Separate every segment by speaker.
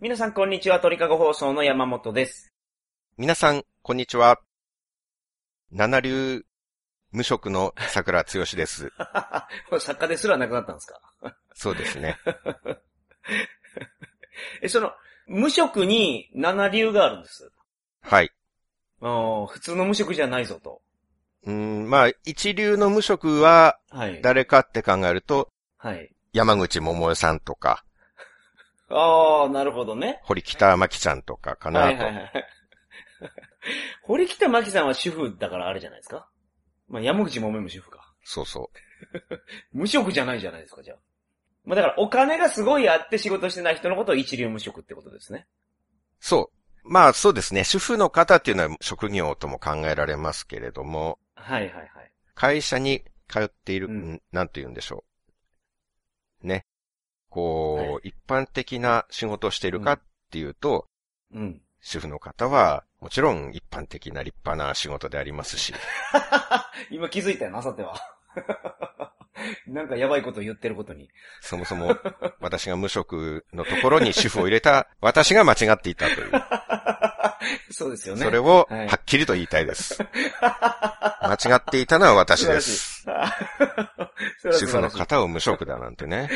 Speaker 1: 皆さんこんにちは、鳥かご放送の山本です。
Speaker 2: 皆さん、こんにちは。七流無職の桜剛です。
Speaker 1: これ作家ですらなくなったんですか
Speaker 2: そうですね。
Speaker 1: え、その、無職に七流があるんです。
Speaker 2: はい。
Speaker 1: あー普通の無職じゃないぞと。
Speaker 2: うーん、まあ、一流の無職は
Speaker 1: はい。
Speaker 2: 誰かって考えると、
Speaker 1: はい。
Speaker 2: 山口百恵さんとか、
Speaker 1: ああ、なるほどね。
Speaker 2: 堀北真希ちゃんとかかな
Speaker 1: は
Speaker 2: と。
Speaker 1: いはい はい。堀北真希さんは主婦だからあれじゃないですかまあ、山口もめも主婦か。
Speaker 2: そうそ
Speaker 1: 無職じゃないじゃないですか、じゃあ。まあ、だからお金がすごいあって仕事してない人のことを一流無職ってことですね。
Speaker 2: う。そう。まあ、そうですね。主婦の方っていうのは職業とも考えられますけれども、
Speaker 1: はいはいはい。
Speaker 2: 会社に通っている、
Speaker 1: うん
Speaker 2: んなんて言うんでしょう。ね。こ
Speaker 1: は
Speaker 2: う、一般的な仕事をしているかっていうと、
Speaker 1: うん。
Speaker 2: 主婦の方は、もちろん一般的な立派な仕事でありま すし、
Speaker 1: 今気づいたよな、あさては。 なんかやばいこと言ってることに。
Speaker 2: そもそも私が無職のところに主婦を入れた私が間違っていたという、
Speaker 1: そうですよね。
Speaker 2: それを
Speaker 1: はい
Speaker 2: はっきりと言いた いです。間違っていたのは私です。
Speaker 1: それは素
Speaker 2: 主婦
Speaker 1: 晴ら
Speaker 2: の
Speaker 1: しい。
Speaker 2: 方を無職だなんてね。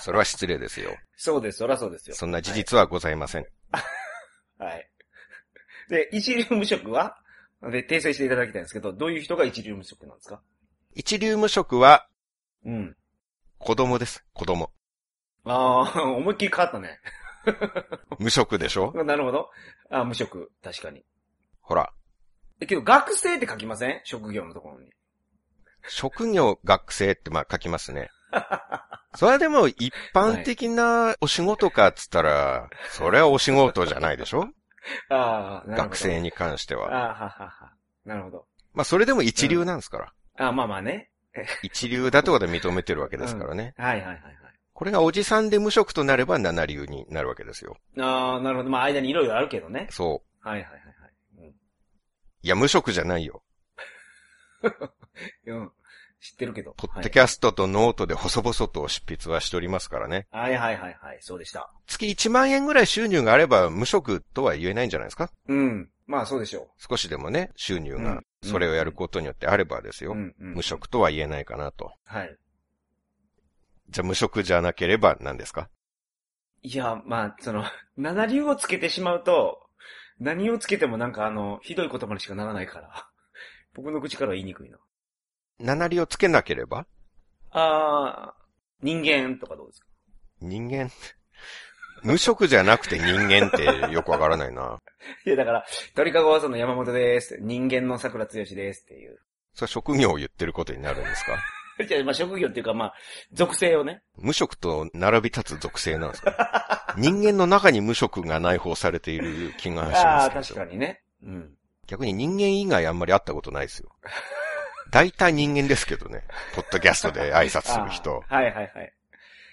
Speaker 2: それは失礼ですよ。
Speaker 1: そうです、そらそうですよ。
Speaker 2: そんな事実はございません。
Speaker 1: はい。で、一流無職はで、訂正していただきたいんですけど、どういう人が一流無職なんですか
Speaker 2: 一流無職は
Speaker 1: うん。
Speaker 2: 子供です。子供。
Speaker 1: ああ、 思いっきり変わったね。
Speaker 2: 無職でしょ
Speaker 1: なるほど。あー無職、確かに。
Speaker 2: ほら。
Speaker 1: え、けど学生って書きません職業のところに。
Speaker 2: 職業学生ってまあ書きま すね。それでも一般的なお仕事かっつったら、それはお仕事じゃないで しょ
Speaker 1: ああ、なるほど。
Speaker 2: 学生に関して
Speaker 1: ああ
Speaker 2: は。、
Speaker 1: ははは。なるほど。
Speaker 2: まあそれでも一流なんですから。
Speaker 1: ああ、まあまあね。
Speaker 2: 一流だとことで認めてるわけですからね。
Speaker 1: はいはいはいはい。
Speaker 2: これがおじさんで無職となれば七流になるわけですよ。
Speaker 1: ああ、なるほど。まあ、間にいろいろあるけどね。
Speaker 2: そ
Speaker 1: はいはいはいは
Speaker 2: う。いや、無職じゃないよ。
Speaker 1: い。うん。うん。知ってるけど。
Speaker 2: ポッドキャストとノートで細々と執筆はしておりますからね。
Speaker 1: はいはいはいはい。そうでした。
Speaker 2: 月1万円ぐらい収入があれば無職とは言えないんじゃないですか
Speaker 1: うん。まあ、そうでしょ
Speaker 2: 少しでもね、収入
Speaker 1: うん
Speaker 2: がそれをやることによってあればです
Speaker 1: う。
Speaker 2: よ
Speaker 1: う。ん、うん。
Speaker 2: 無。職とは言えないかなと。
Speaker 1: はい。
Speaker 2: じゃあ無職じゃなければ何ですか
Speaker 1: いや、まあ、その、 七流をつけてしまうと、何をつけてもなんかあの、ひどい言葉にしかならないから。 僕の口からは言いにくいな。
Speaker 2: 七理をつけなければ
Speaker 1: あー、人間とかどうですか
Speaker 2: 人間。 無職じゃなくて人間ってよくわからないな。
Speaker 1: いや、だから、鳥かごはその山本です。人間の桜剛ですっていう。
Speaker 2: それは職業を言ってることになるんですか
Speaker 1: じゃあ、まあ、職業っていうか、まあ、属性をね。
Speaker 2: 無職と並び立つ属性なんですか人間の中に無職が内包されている気がし
Speaker 1: ああ
Speaker 2: ま
Speaker 1: ー、確
Speaker 2: すけ
Speaker 1: か。
Speaker 2: ど
Speaker 1: にね。うん。
Speaker 2: 逆に人間以外あんまり会ったことないですよ。大体人間ですけどね。ポッドキャスト で挨拶する人。
Speaker 1: あーはいはいはい。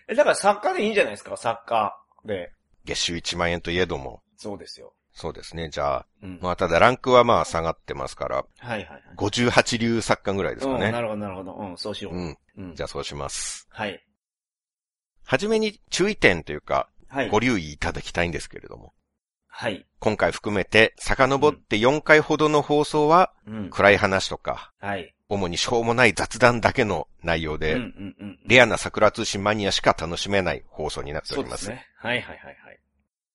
Speaker 1: え、だから作家でいいんじゃないですか作家で。
Speaker 2: 月収1万円といえども。
Speaker 1: そうですよ。
Speaker 2: そうですね。じゃあ、
Speaker 1: うん。
Speaker 2: まあただランクはまあ下がってますから、
Speaker 1: はいはいはい。
Speaker 2: 58流作家ぐらいですか
Speaker 1: うん、な
Speaker 2: ね。
Speaker 1: るほどなるほど。うん、そうしよう。
Speaker 2: う
Speaker 1: うん。
Speaker 2: ん。じゃあそうします。
Speaker 1: はい。
Speaker 2: はじめに注意点というか、
Speaker 1: はい。
Speaker 2: ご留意いただきたいんですけれども。
Speaker 1: はい。
Speaker 2: 今回含めて、遡って4回ほどの放送は、
Speaker 1: うん。
Speaker 2: 暗い話とか、
Speaker 1: はい。
Speaker 2: 主にしょうもない雑談だけの内容
Speaker 1: うんう
Speaker 2: で、
Speaker 1: んうん。
Speaker 2: レアな桜通信マニアしか楽しめない放送になって
Speaker 1: そ
Speaker 2: お
Speaker 1: う
Speaker 2: り
Speaker 1: で
Speaker 2: ます。
Speaker 1: すね。はいはいはいはい。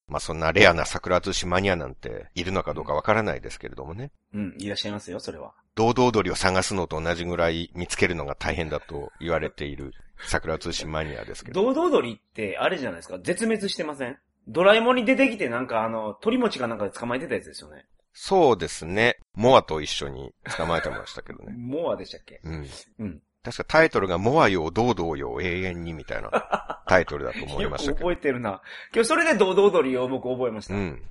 Speaker 2: まあそんなレアな桜通信マニアなんているのかどうかわからないですけれどもね。
Speaker 1: うん、いらっしゃいますよ、それは。
Speaker 2: 堂々鳥を探すのと同じぐらい見つけるのが大変だと言われている桜通信マニアですけど。
Speaker 1: 堂々鳥って、あれじゃないですか絶滅してませんドラえもんに出てきてなんかあの、鳥餅かなんかで捕まえてたやつですよね。
Speaker 2: そうですね。モアと一緒に捕まえてましたけどね。
Speaker 1: モアでしたっけ
Speaker 2: うん。
Speaker 1: うん。
Speaker 2: 確かタイトルがモアよ、堂々よ、永遠にみたいなタイトルだと思い
Speaker 1: よ
Speaker 2: ま
Speaker 1: く
Speaker 2: したけど。
Speaker 1: 覚えてるな。今日それで堂々鳥を僕覚えました。
Speaker 2: うん。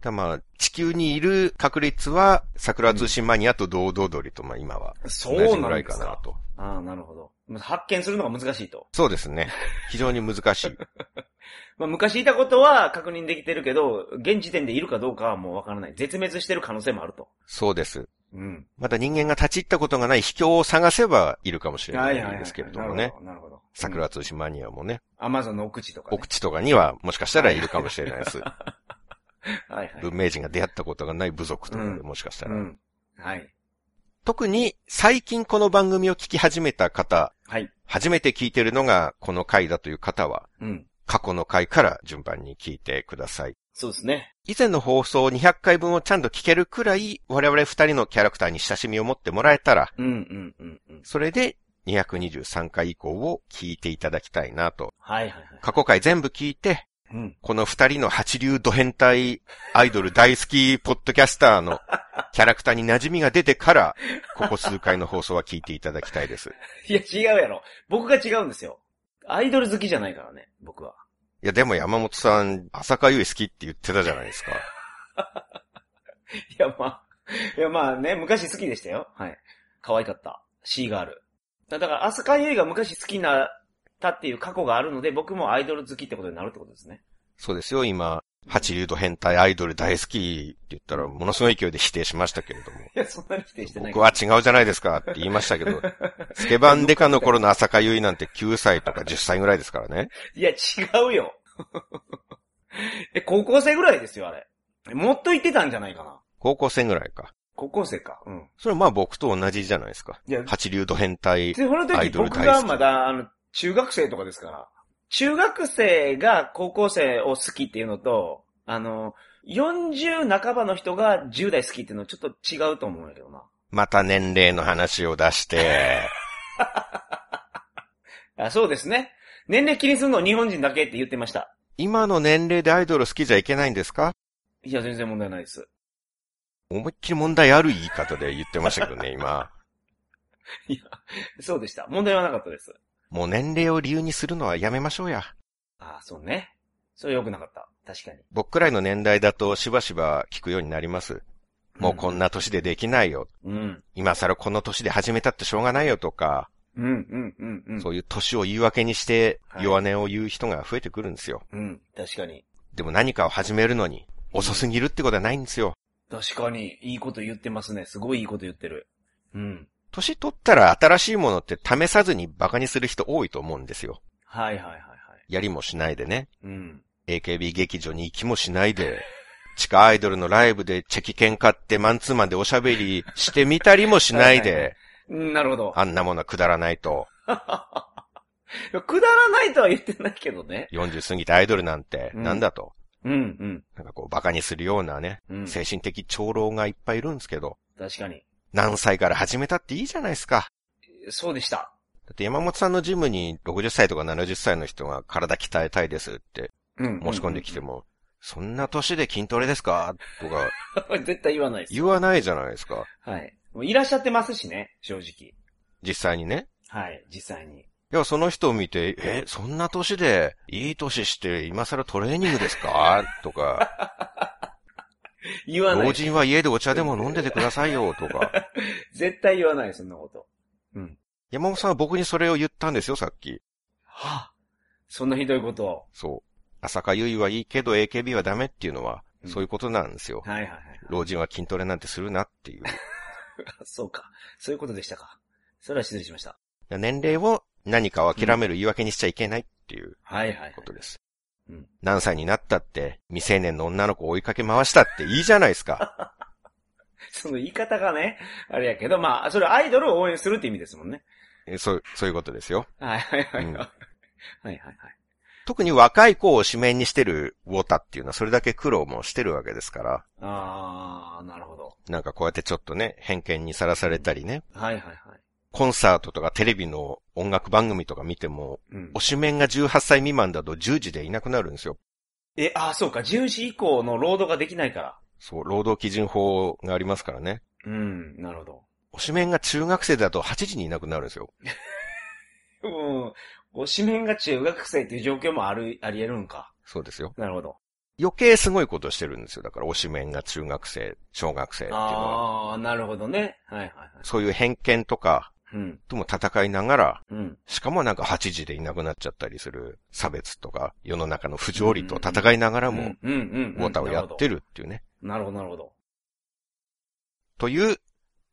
Speaker 2: だまあ、地球にいる確率は、桜通信マニアと堂々鳥と、まあ今は、
Speaker 1: そ
Speaker 2: 同
Speaker 1: う
Speaker 2: じ
Speaker 1: な
Speaker 2: ぐ
Speaker 1: ん
Speaker 2: ら
Speaker 1: で
Speaker 2: いか
Speaker 1: す
Speaker 2: な
Speaker 1: か。
Speaker 2: と。
Speaker 1: ああ、なるほど。まあ発見するのが難しいと。
Speaker 2: そうですね。非常に難しい。
Speaker 1: まあ、昔いたことは確認できてるけど、現時点でいるかどうかはもうわからない。絶滅してる可能性もあると。
Speaker 2: そうです。
Speaker 1: うん。
Speaker 2: まだ人間が立ち入ったことがない秘境を探せばいるかもしれないですけれどもね。。
Speaker 1: なるほど。うん。
Speaker 2: 桜通信マニアもね、
Speaker 1: アマゾンの奥地とか、ね
Speaker 2: 奥。地とかにはもしかしたらいるかもしれないです。
Speaker 1: はいはい。
Speaker 2: 文明人が出会ったことがない部族とかで
Speaker 1: うん
Speaker 2: もしかした
Speaker 1: う
Speaker 2: ら。
Speaker 1: ん。はい。
Speaker 2: 特に最近この番組を聞き始めた方、
Speaker 1: はい。
Speaker 2: 初めて聞いてるのがこの回だという方は、
Speaker 1: うん。
Speaker 2: 過去の回から順番に聞いてください。
Speaker 1: そうですね。
Speaker 2: 以前の放送200回分をちゃんと聞けるくらい、我々二人のキャラクターに親しみを持ってもらえたら、
Speaker 1: うんうんうんうん。
Speaker 2: それで223回以降を聞いていただきたいなと。
Speaker 1: はいはいはい。
Speaker 2: 過去回全部聞いて、
Speaker 1: うん。
Speaker 2: この二人の八流ド変態アイドル大好きポッドキャスターのキャラクターに馴染みが出てから、ここ数回の放送は聞いていただきたいです。い
Speaker 1: いや、違うやろ。僕が違うんですよ。アイドル好きじゃないからね、僕は。
Speaker 2: や、でも山本さん、浅香ゆい好きって言ってたじゃないですか。
Speaker 1: いや、まあ、いや、まあね、昔好きでしたよ。はい。可愛かった。C がある。だから、アスカイエイが昔好きな、たっていう過去があるので、僕もアイドル好きってことになるってことですね。
Speaker 2: そうですよ、今、八流ド変態アイドル大好きって言ったら、ものすごい勢いで否定しましたけれども。
Speaker 1: いや、そんなに否定してない
Speaker 2: 僕は違うじゃないですかって言いましたけ ど、スケバンデカの頃の浅香ゆいなんて9歳とか10歳ぐらいですからね。
Speaker 1: いや、違うよ。 え、高校生ぐらいですよ、あれ。もっと言ってたんじゃないかな。
Speaker 2: 高校生ぐらいか。
Speaker 1: 高校生か。うん。
Speaker 2: それまあ僕と同じじゃないですか。
Speaker 1: いや、
Speaker 2: 八流ド変態。
Speaker 1: で、その
Speaker 2: ア
Speaker 1: 時
Speaker 2: イドル大好
Speaker 1: 僕
Speaker 2: き
Speaker 1: がまだ、あの、中学生とかですから、中学生が高校生を好きっていうのと、あの、40半ばの人が10代好きっていうのはちょっと違うと思うんやけどな。
Speaker 2: また年齢の話を出して、
Speaker 1: あそうですね。年齢気にするの日本人だけって言ってました。
Speaker 2: 今の年齢でアイドル好きじゃいけないんですか
Speaker 1: いや、全然問題ないです。
Speaker 2: 思いっきり問題ある言い方で言ってましたけどね、今。
Speaker 1: いや、そうでした。問題はなかったです。
Speaker 2: もう年齢を理由にするのはやめましょうや。
Speaker 1: あそうね。それ良くなかった。確かに。
Speaker 2: 僕くらいの年代だとしばしば聞くようになります。もうこんな年でできないよ。
Speaker 1: うん。
Speaker 2: 今更この年で始めたってしょうがないよとか、
Speaker 1: うん、うん、うん、うん。
Speaker 2: そういう年を言い訳にして
Speaker 1: はい
Speaker 2: 弱音を言う人が増えてくるんですよ。
Speaker 1: うん、確かに。
Speaker 2: でも何かを始めるのに遅すぎるってことはないんですよ。
Speaker 1: 確かに、いいこと言ってますね。すごいいいこと言ってる。うん。
Speaker 2: 年取ったら新しいものって試さずにバカにする人多いと思うんですよ。
Speaker 1: はいはいはいはい。
Speaker 2: やりもしないでね。
Speaker 1: うん。
Speaker 2: AKB 劇場に行きもしな いで。地下アイドルのライブでチェキ券買ってマンツーマンでおしゃべりしてみたりもしない
Speaker 1: はいはい
Speaker 2: で、
Speaker 1: うんなるほど。
Speaker 2: あんなものはくだらないと。
Speaker 1: いや くだらないとは言ってないけどね。
Speaker 2: 40過ぎてアイドルなんて、
Speaker 1: うん
Speaker 2: なんだと、
Speaker 1: うん
Speaker 2: なんかこう、バカにするようなね、
Speaker 1: うん。うん。
Speaker 2: 精神的長老がいっぱいいるんですけど、
Speaker 1: 確かに。
Speaker 2: 何歳から始めたっていいじゃないですか。
Speaker 1: そうでした。
Speaker 2: だって山本さんのジムに60歳とか70歳の人が体鍛えたいですって
Speaker 1: うん
Speaker 2: 申し込んできて
Speaker 1: も。
Speaker 2: も、そんな年で筋トレですかとか
Speaker 1: 絶対言わないです。
Speaker 2: 言わないじゃないですか。
Speaker 1: はい。もういらっしゃってますしね、正直。
Speaker 2: 実際にね。
Speaker 1: はい、実際に。
Speaker 2: いや、その人を見て、え、そんな年で、いい年して、今更トレーニングですかとか、
Speaker 1: 言わな
Speaker 2: 老
Speaker 1: い。
Speaker 2: 人は家でお茶でも飲んでてくださいよ、とか。
Speaker 1: 絶対言わない、そんなこと。
Speaker 2: 山本さんは僕にそれを言ったんですよ、さっき。
Speaker 1: はあ、そんなひどいことを。
Speaker 2: そう。浅香唯はいいけど AKB はダメっていうのは、
Speaker 1: うん
Speaker 2: そういうことなんですよ。
Speaker 1: はいはいはい。
Speaker 2: 老人は筋トレなんてするなっていう。
Speaker 1: そうか。そういうことでしたか。それは失礼しました。
Speaker 2: 年齢を何かを諦める言い訳にしちゃいけないっていう
Speaker 1: はいはいはい
Speaker 2: こ。とです。
Speaker 1: うん
Speaker 2: 何歳になったって、未成年の女の子を追いかけ回したっていいじゃないですか。
Speaker 1: その言い方がね、あれやけど、まあ、それアイドルを応援するって意味ですもんね。
Speaker 2: えそう、そういうことですよ。
Speaker 1: はいはいはい。
Speaker 2: うん
Speaker 1: はいはいはい。
Speaker 2: 特に若い子を紙面にしてるウォタっていうのはそれだけ苦労もしてるわけですから、
Speaker 1: あー、なるほど。
Speaker 2: なんかこうやってちょっとね、偏見にさらされたりね、
Speaker 1: はいはいはい。
Speaker 2: コンサートとかテレビの音楽番組とか見ても、
Speaker 1: うん
Speaker 2: 推しメンが18歳未満だと10時でいなくなるんですよ。
Speaker 1: え、あー、そうか。10時以降の労働ができないから。
Speaker 2: そう、労働基準法がありますからね。
Speaker 1: うん、なるほど。
Speaker 2: 推しメンが中学生だと8時にいなくなるんですよ。
Speaker 1: うん。推しメンが中学生っていう状況もある、あり得るんか。
Speaker 2: そうですよ。
Speaker 1: なるほど。
Speaker 2: 余計すごいことしてるんですよ。だから、推しメンが中学生、小学生っていうのは。
Speaker 1: ああ、なるほどね。はいはいはい。
Speaker 2: そういう偏見とか、
Speaker 1: うん。
Speaker 2: とも戦いながら、
Speaker 1: うん。
Speaker 2: しかもなんか8時でいなくなっちゃったりする差別とか、世の中の不条理と戦いながらも、
Speaker 1: うんうん
Speaker 2: ウォーターをやって
Speaker 1: る。
Speaker 2: るっていうね。
Speaker 1: なるほど、なるほど。
Speaker 2: という、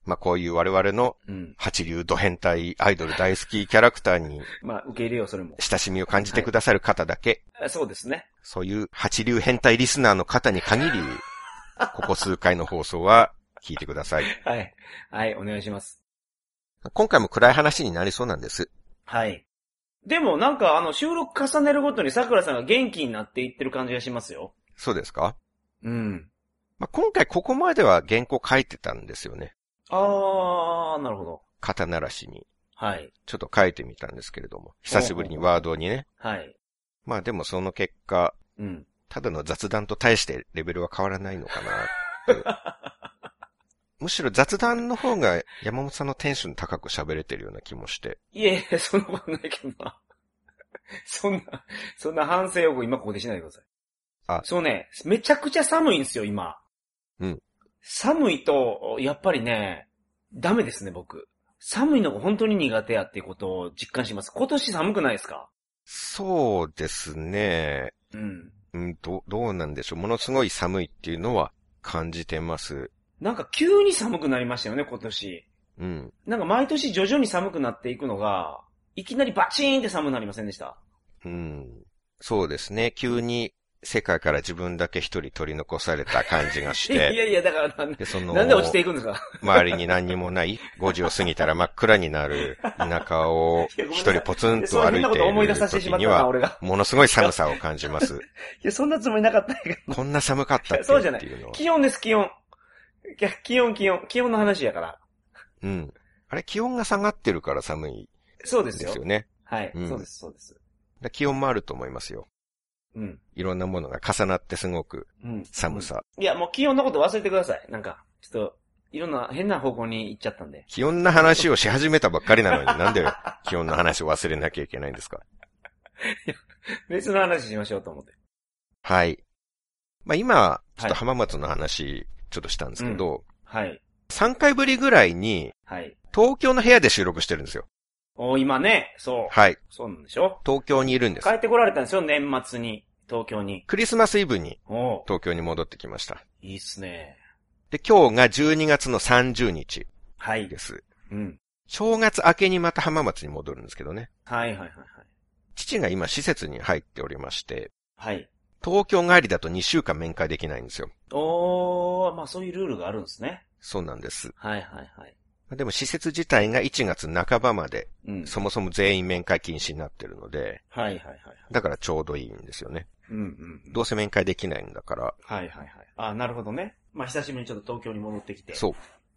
Speaker 2: まあこういう我々の
Speaker 1: うん。
Speaker 2: 八流ド変態アイドル大好きキャラクターに
Speaker 1: まあ、受け入れよう、それも。
Speaker 2: 親しみを感じてくださる方だけ、
Speaker 1: あそうですね。
Speaker 2: そういう八流変態リスナーの方に限り、ここ数回の放送は聞いてください。
Speaker 1: はい。はい、お願いします。
Speaker 2: 今回も暗い話になりそうなんです。
Speaker 1: はい。でもなんかあの収録重ねるごとに桜さんが元気になっていってる感じがしますよ。
Speaker 2: そうですか、
Speaker 1: うん。
Speaker 2: まあ、今回ここまでは原稿書いてたんですよね。
Speaker 1: あー、なるほど。
Speaker 2: 肩慣らしに。
Speaker 1: はい。
Speaker 2: ちょっと書いてみたんですけれども。久しぶりにワードにね。
Speaker 1: はい。
Speaker 2: まあでもその結果、
Speaker 1: うん。
Speaker 2: ただの雑談と対してレベルは変わらないのかなっていう。むしろ雑談の方が山本さんのテンション高く喋れてるような気もして。
Speaker 1: いえいえ、そんなことないけどな。 そんな、そんな反省を今ここでしないでください。
Speaker 2: あ
Speaker 1: そうね、めちゃくちゃ寒いんですよ、今。
Speaker 2: うん。
Speaker 1: 寒いと、やっぱりね、ダメですね、僕。寒いのが本当に苦手やっていうことを実感します。今年寒くないですか
Speaker 2: そうですね。
Speaker 1: うん。
Speaker 2: うん、ど、どうなんでしょう。ものすごい寒いっていうのは感じてます。
Speaker 1: なんか急に寒くなりましたよね、今年。
Speaker 2: うん。
Speaker 1: なんか毎年徐々に寒くなっていくのが、いきなりバチーンって寒くなりませんでした。
Speaker 2: うん。そうですね。急に世界から自分だけ一人取り残された感じが し
Speaker 1: いやい
Speaker 2: て。
Speaker 1: やいや、だからなんで、
Speaker 2: で、その、
Speaker 1: なんで落ちていくんですか
Speaker 2: 周りに何にもない、5時を過ぎたら真っ暗になる田舎を
Speaker 1: いやごめんな
Speaker 2: 一
Speaker 1: さい
Speaker 2: 人ポツンと
Speaker 1: そう
Speaker 2: 歩
Speaker 1: 変
Speaker 2: い
Speaker 1: な
Speaker 2: て
Speaker 1: こと思
Speaker 2: い
Speaker 1: い出
Speaker 2: る
Speaker 1: させてし
Speaker 2: 時
Speaker 1: まっ
Speaker 2: に
Speaker 1: たな、
Speaker 2: は、
Speaker 1: 俺が。
Speaker 2: ものすごい寒さを感 じます。
Speaker 1: いや、そんなつもりなかったんやけど。
Speaker 2: こんな寒かったっけ
Speaker 1: そうじゃない
Speaker 2: っていうのは。
Speaker 1: 気温です、気温。いや気温、気温。気温の話やから。
Speaker 2: うん。あれ、気温が下がってるから寒い
Speaker 1: そうで
Speaker 2: です
Speaker 1: よ。
Speaker 2: すよね。
Speaker 1: はい、
Speaker 2: うん
Speaker 1: そうです、そうです。
Speaker 2: だ気温もあると思いますよ。
Speaker 1: うん。
Speaker 2: いろんなものが重なってすごく
Speaker 1: うん。
Speaker 2: 寒さ。
Speaker 1: うん。いや、もう気温のこと忘れてください。なんか、ちょっと、いろんな変な方向に行っちゃったんで。
Speaker 2: 気温の話をし始めたばっかりなのに、 なんで気温の話を忘れなきゃいけないんですか
Speaker 1: 別の話しましょうと思って。
Speaker 2: はい。まあ今、ちょっと浜松の話、ちょっとしたんですけど、
Speaker 1: はい。
Speaker 2: 3回ぶりぐらいに、
Speaker 1: はい。
Speaker 2: 東京の部屋で収録してるんですよ。
Speaker 1: お今ね、そう。
Speaker 2: はい。
Speaker 1: そうなんでしょ
Speaker 2: 東京にいるんです
Speaker 1: 帰。ってこられたんですよ、年末に、東京に。
Speaker 2: クリスマスイブに
Speaker 1: おう
Speaker 2: 東京に戻ってきました。
Speaker 1: いいっすね。
Speaker 2: で、今日が12月の30日
Speaker 1: はい。
Speaker 2: です。
Speaker 1: うん。
Speaker 2: 正月明けにまた浜松に戻るんですけどね。
Speaker 1: はいはいはい
Speaker 2: 父が今施設に入っておりまして、
Speaker 1: はい。はい。
Speaker 2: 東京帰りだと2週間面会できないんですよ。
Speaker 1: おー、まあそういうルールがあるんですね。
Speaker 2: そうなんです。
Speaker 1: はいはいはい。
Speaker 2: でも施設自体が1月半ばまで、
Speaker 1: うん。
Speaker 2: そもそも全員面会禁止になってるので、
Speaker 1: はいはいはいはい。
Speaker 2: だからちょうどいいんですよね。
Speaker 1: うんうんうん。
Speaker 2: どうせ面会できないんだから、
Speaker 1: はいはいはい。あ、なるほどね。まあ久しぶりにちょっと東京に戻ってきて、
Speaker 2: そう。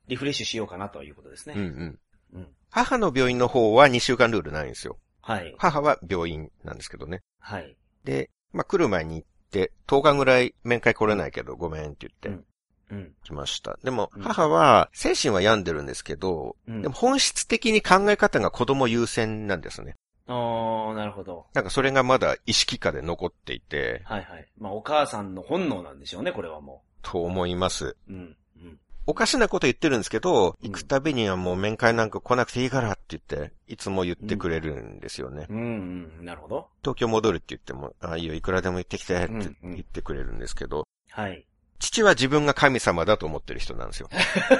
Speaker 1: リフレッシュしようかなということですね。
Speaker 2: うんうん。
Speaker 1: うん
Speaker 2: 母の病院の方は2週間ルールないんですよ。
Speaker 1: はい。
Speaker 2: 母は病院なんですけどね。
Speaker 1: はい。
Speaker 2: で、まあ、来る前に行って、10日ぐらい面会来れないけど、ごめんって言
Speaker 1: う
Speaker 2: って
Speaker 1: んうん。
Speaker 2: 来ました。でも
Speaker 1: う、ん
Speaker 2: 母は、精神は病んでるんですけど、
Speaker 1: うん。
Speaker 2: でも本質的に考え方が子供優先なんですね。
Speaker 1: おー、なるほど。
Speaker 2: なんかそれがまだ意識下で残っていて、
Speaker 1: はいはい。まあお母さんの本能なんでしょうね、これはも
Speaker 2: と思います。
Speaker 1: う。うん。うん。
Speaker 2: おかしなこと言ってるんですけど、
Speaker 1: うん
Speaker 2: 行くたびにはもう面会なんか来なくていいからって言って、いつも言ってくれるんですよね。
Speaker 1: うんうん。なるほど。
Speaker 2: 東京戻るって言っても、ああ、いいよ、いくらでも行ってきてっ
Speaker 1: う
Speaker 2: て
Speaker 1: んうん
Speaker 2: 言ってくれるんですけど、
Speaker 1: はい。
Speaker 2: 父は自分が神様だと思ってる人なんですよ。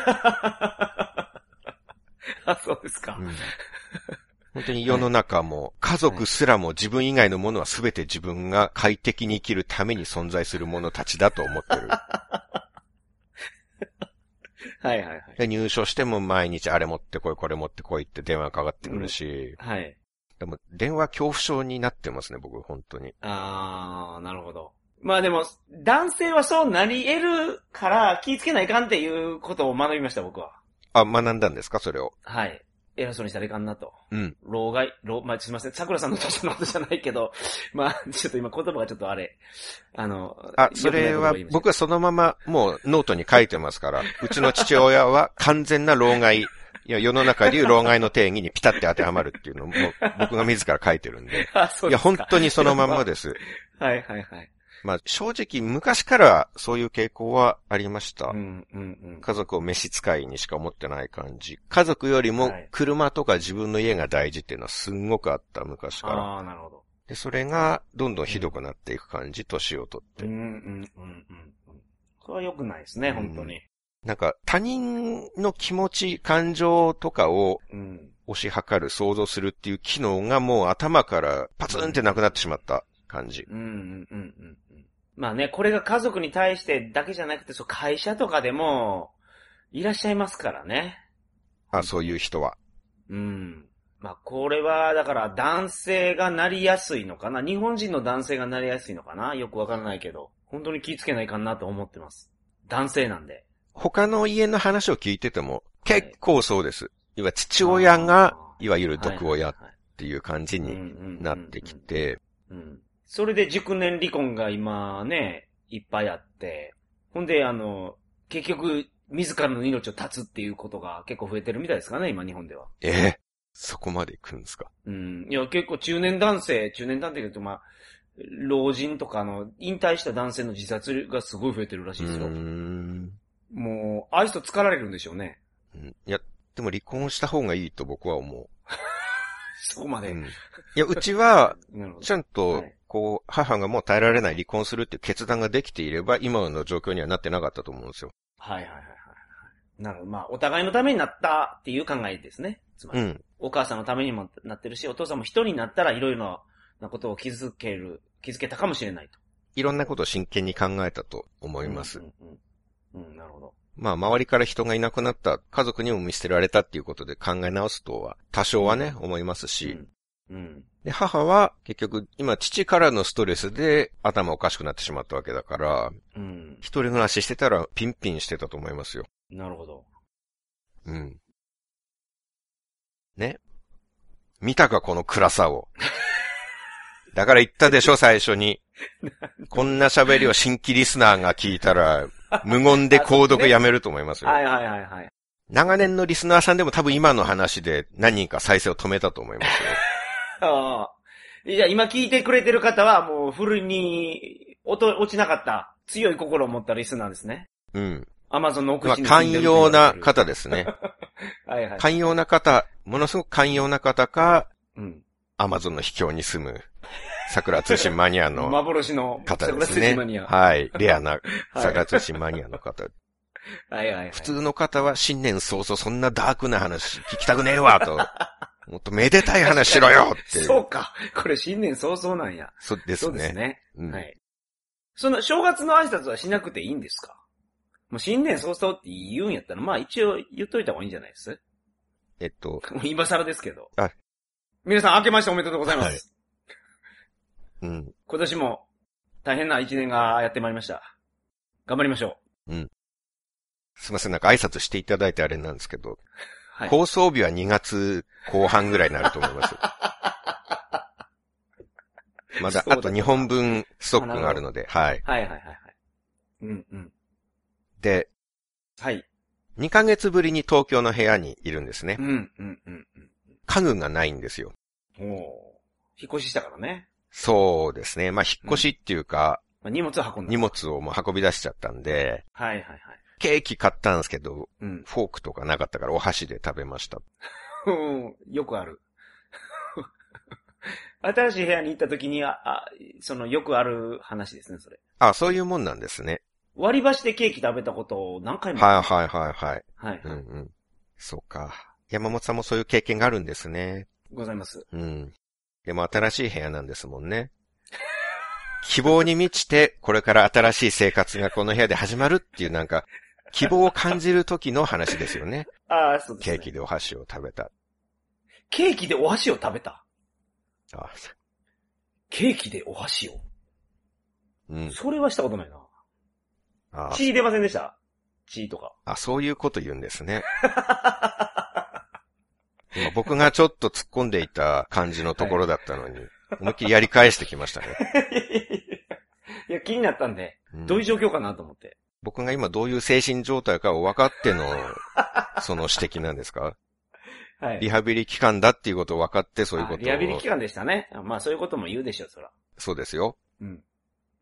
Speaker 1: あ、そうですか。
Speaker 2: 本当に世の中も、家族すらも自分以外のものは全て自分が快適に生きるために存在する者たちだと思っ てる。
Speaker 1: はいはいはい。
Speaker 2: で入所しても毎日あれ持ってこい、これ持ってこいって電話かかってくるし、
Speaker 1: はい。
Speaker 2: でも電話恐怖症になってますね、僕、本当に。
Speaker 1: あー、なるほど。まあでも、男性はそうなり得るから気ぃつけないかんっていうことを学びました、僕は。
Speaker 2: あ、学んだんですか、それを。
Speaker 1: はい。偉そうにしたらいかんなと。
Speaker 2: うん。
Speaker 1: 老害、老、まあ、すいません。桜さんの年のことじゃないけど、 まあ、ちょっと今言葉がちょっとあれ。あの、
Speaker 2: あ、それは、僕はそのまま、もうノートに書いてま すから、うちの父親は完全な老害、いや、世の中でいう老害の定義にピタって当てはまるっていうのをもう僕が自ら書いてるんで。
Speaker 1: は、そう
Speaker 2: い
Speaker 1: で
Speaker 2: や、
Speaker 1: すか
Speaker 2: 本当にそのまんまです。
Speaker 1: はいはいはい。
Speaker 2: まあ正直昔からそういう傾向はありました
Speaker 1: う。ん、うん、うん。
Speaker 2: 家族を飯使いにしか思ってない感じ。家族よりも
Speaker 1: はい
Speaker 2: 車とか自分の家が大事っていうのはすんごくあった昔から。
Speaker 1: ああ、なるほど。
Speaker 2: で、それがどんどんひどくなっていく感じ、年をとって
Speaker 1: うん、う。ん、うん、うん。それは良くないですね、本当に。
Speaker 2: なんか他人の気持ち、感情とかを
Speaker 1: うん。
Speaker 2: 推し量る、想像するっていう機能がもう頭からパツンってなくなってしまった感じ。
Speaker 1: うん、うん、うん、うん。うんまあね、これが家族に対してだけじゃなくて、そう、会社とかでも、いらっしゃいますからね。
Speaker 2: あ、そういう人は。
Speaker 1: うん。まあ、これは、だから、男性がなりやすいのかな日本人の男性がなりやすいのかなよくわからないけど。本当に気ぃつけないかなと思ってます。男性なんで。
Speaker 2: 他の家の話を聞いてても、
Speaker 1: はい
Speaker 2: 結構そうです。いわゆる父親が、
Speaker 1: あー
Speaker 2: いわゆる毒親っ
Speaker 1: はいはい
Speaker 2: ていう感じ
Speaker 1: はい
Speaker 2: になってき。て、
Speaker 1: うんうんうんうんうんそれで熟年離婚が今ね、いっぱいあって。ほんで、あの、結局、自らの命を絶つっていうことが結構増えてるみたいですかね、今日本では。
Speaker 2: ええそこまで行くんですか
Speaker 1: うん。いや、結構中年男性、中年男性というと、まあ、老人とかあの、引退した男性の自殺がすごい増えてるらし
Speaker 2: う
Speaker 1: いですよ。
Speaker 2: ーん
Speaker 1: もう、ああいう人疲られるんでしょうね。
Speaker 2: うんいや、でも離婚した方がいいと僕は思
Speaker 1: そこま
Speaker 2: う。
Speaker 1: で。
Speaker 2: うんいや、うちは、
Speaker 1: なるほど。
Speaker 2: ちゃん
Speaker 1: は
Speaker 2: と
Speaker 1: い、
Speaker 2: こう、母がもう耐えられない離婚するっていう決断ができていれば、今の状況にはなってなかったと思うんですよ。
Speaker 1: はいはいはいはいはい。なるほど。まあ、お互いのためになったっていう考えですね。つま
Speaker 2: う
Speaker 1: り、
Speaker 2: ん。
Speaker 1: お母さんのためにもなってるし、お父さんも一人になったらいろいろなことを気づける、気づけたかもしれないと。
Speaker 2: いろんなことを真剣に考えたと思
Speaker 1: 思
Speaker 2: います。。
Speaker 1: うん、うんうん。なるほど。
Speaker 2: まあ、周りから人がいなくなった、家族にも見捨てられたっていうことで考え直すとは、多少はね、思いますし、
Speaker 1: うん。うん。
Speaker 2: で、母は結局、今、父からのストレスで頭おかしくなってしまったわけだから、
Speaker 1: うん。
Speaker 2: 一人暮らししてたらピンピンしてたと思いますよ。
Speaker 1: なるほど。
Speaker 2: うん。ね。見たか、この暗 さを。だから言ったでしょ、最初に。こんな喋りを新規リスナーが聞いたら、無言で購読やめると思いますよ。
Speaker 1: はいはいはいはい。
Speaker 2: 長年のリスナーさんでも多分今の話で何人か再生を止めたと思い ますよ。
Speaker 1: ああ。じゃあ今聞いてくれてる方はもうフルに音落ちなかった強い心を持ったリスナーですね。
Speaker 2: うん。
Speaker 1: アマゾンの奥
Speaker 2: まあ、
Speaker 1: 地に
Speaker 2: 寛容な方
Speaker 1: で。
Speaker 2: ですね。
Speaker 1: はいはい。
Speaker 2: 寛容な方、ものすごく寛容な方か、
Speaker 1: うん。
Speaker 2: アマゾンの秘境に住む、桜通信マニアの
Speaker 1: 幻の
Speaker 2: 方で
Speaker 1: 桜
Speaker 2: す
Speaker 1: セジ
Speaker 2: ね
Speaker 1: マニ。ア。は
Speaker 2: はい。レアない桜通信マニアの方。
Speaker 1: いはいはい。
Speaker 2: 普通の方は新年早々そんなダークな話聞きたくねえわ と。もっとめでたい話しろよっていう。
Speaker 1: そうか。これ新年早々なんや。
Speaker 2: そうで
Speaker 1: そ
Speaker 2: す
Speaker 1: うです
Speaker 2: ね。
Speaker 1: ね。
Speaker 2: うん
Speaker 1: はい。その正月の挨拶はしなくていいんですかもう新年早々って言うんやったら、まあ一応言っといた方がいいんじゃないです
Speaker 2: えっと、
Speaker 1: もう今更ですけど。
Speaker 2: はい
Speaker 1: 皆さん明けましておめでとうございます。
Speaker 2: はいうん。
Speaker 1: 今年も大変な一年がやってまいりました。頑張りましょ
Speaker 2: すいません、なんか挨拶していただいてあれなんですけど、
Speaker 1: う。はい。
Speaker 2: 放送日は2月後半ぐらいになると思 います。ま
Speaker 1: そ
Speaker 2: だ、
Speaker 1: うだ
Speaker 2: あと2本分ストックがあるので、はい。
Speaker 1: はいはいはいはい。うんうん。
Speaker 2: で、
Speaker 1: はい。
Speaker 2: 2ヶ月ぶりに東京の部屋にいるんですね
Speaker 1: う。んうんうん
Speaker 2: 家具がないんですよ。
Speaker 1: うん。おー引っ越ししたからね。
Speaker 2: そうですね。まあ、引っ越しっていうか、
Speaker 1: まあ、荷物を運んだ。
Speaker 2: 荷。物をもう運び出しちゃったんで、
Speaker 1: はいはいはい。
Speaker 2: ケーキ買ったんですけど、
Speaker 1: うん。
Speaker 2: フォークとかなかったからお箸で食べました。
Speaker 1: うんよくある。 新しい部屋に行った時に、あ、あそのよくある話ですね、それ。
Speaker 2: あ、そういうもんなんですね。
Speaker 1: 割り箸でケーキ食べたことを何回も。
Speaker 2: はいはいはいはい。
Speaker 1: はい。
Speaker 2: うん
Speaker 1: はい。
Speaker 2: うん。そうか。山本さんもそういう経験があるんですね。
Speaker 1: ございます。
Speaker 2: うん。でも新しい部屋なんですもんね。希望に満ちて、これから新しい生活がこの部屋で始まるっていうなんか、希望を感じる時の話ですよね。
Speaker 1: ああ、そうです、
Speaker 2: ケ
Speaker 1: ね。
Speaker 2: ーキ。でお箸を食べた。
Speaker 1: ケーキでお箸を食べた。
Speaker 2: あ、
Speaker 1: ケーキでお箸を。
Speaker 2: うん。
Speaker 1: それはしたことないな。
Speaker 2: あ
Speaker 1: 血出ませんでした血とか。
Speaker 2: あ、そういうこと言うんですね。今僕がちょっと突っ込んでいた感じのところだったのに、思いっきりやり返してきましたね。
Speaker 1: いや、気になったんで、
Speaker 2: うん
Speaker 1: どういう状況かなと思って。
Speaker 2: 僕が今どういう精神状態かを分かっての、その指摘なんですか
Speaker 1: はい。
Speaker 2: リハビリ期間だっていうことを分かってそういうこ
Speaker 1: あ
Speaker 2: とを。
Speaker 1: リハビリ期間でしたね。まあ、そういうことも言うでしょう、そら。
Speaker 2: そうですよ。
Speaker 1: うん。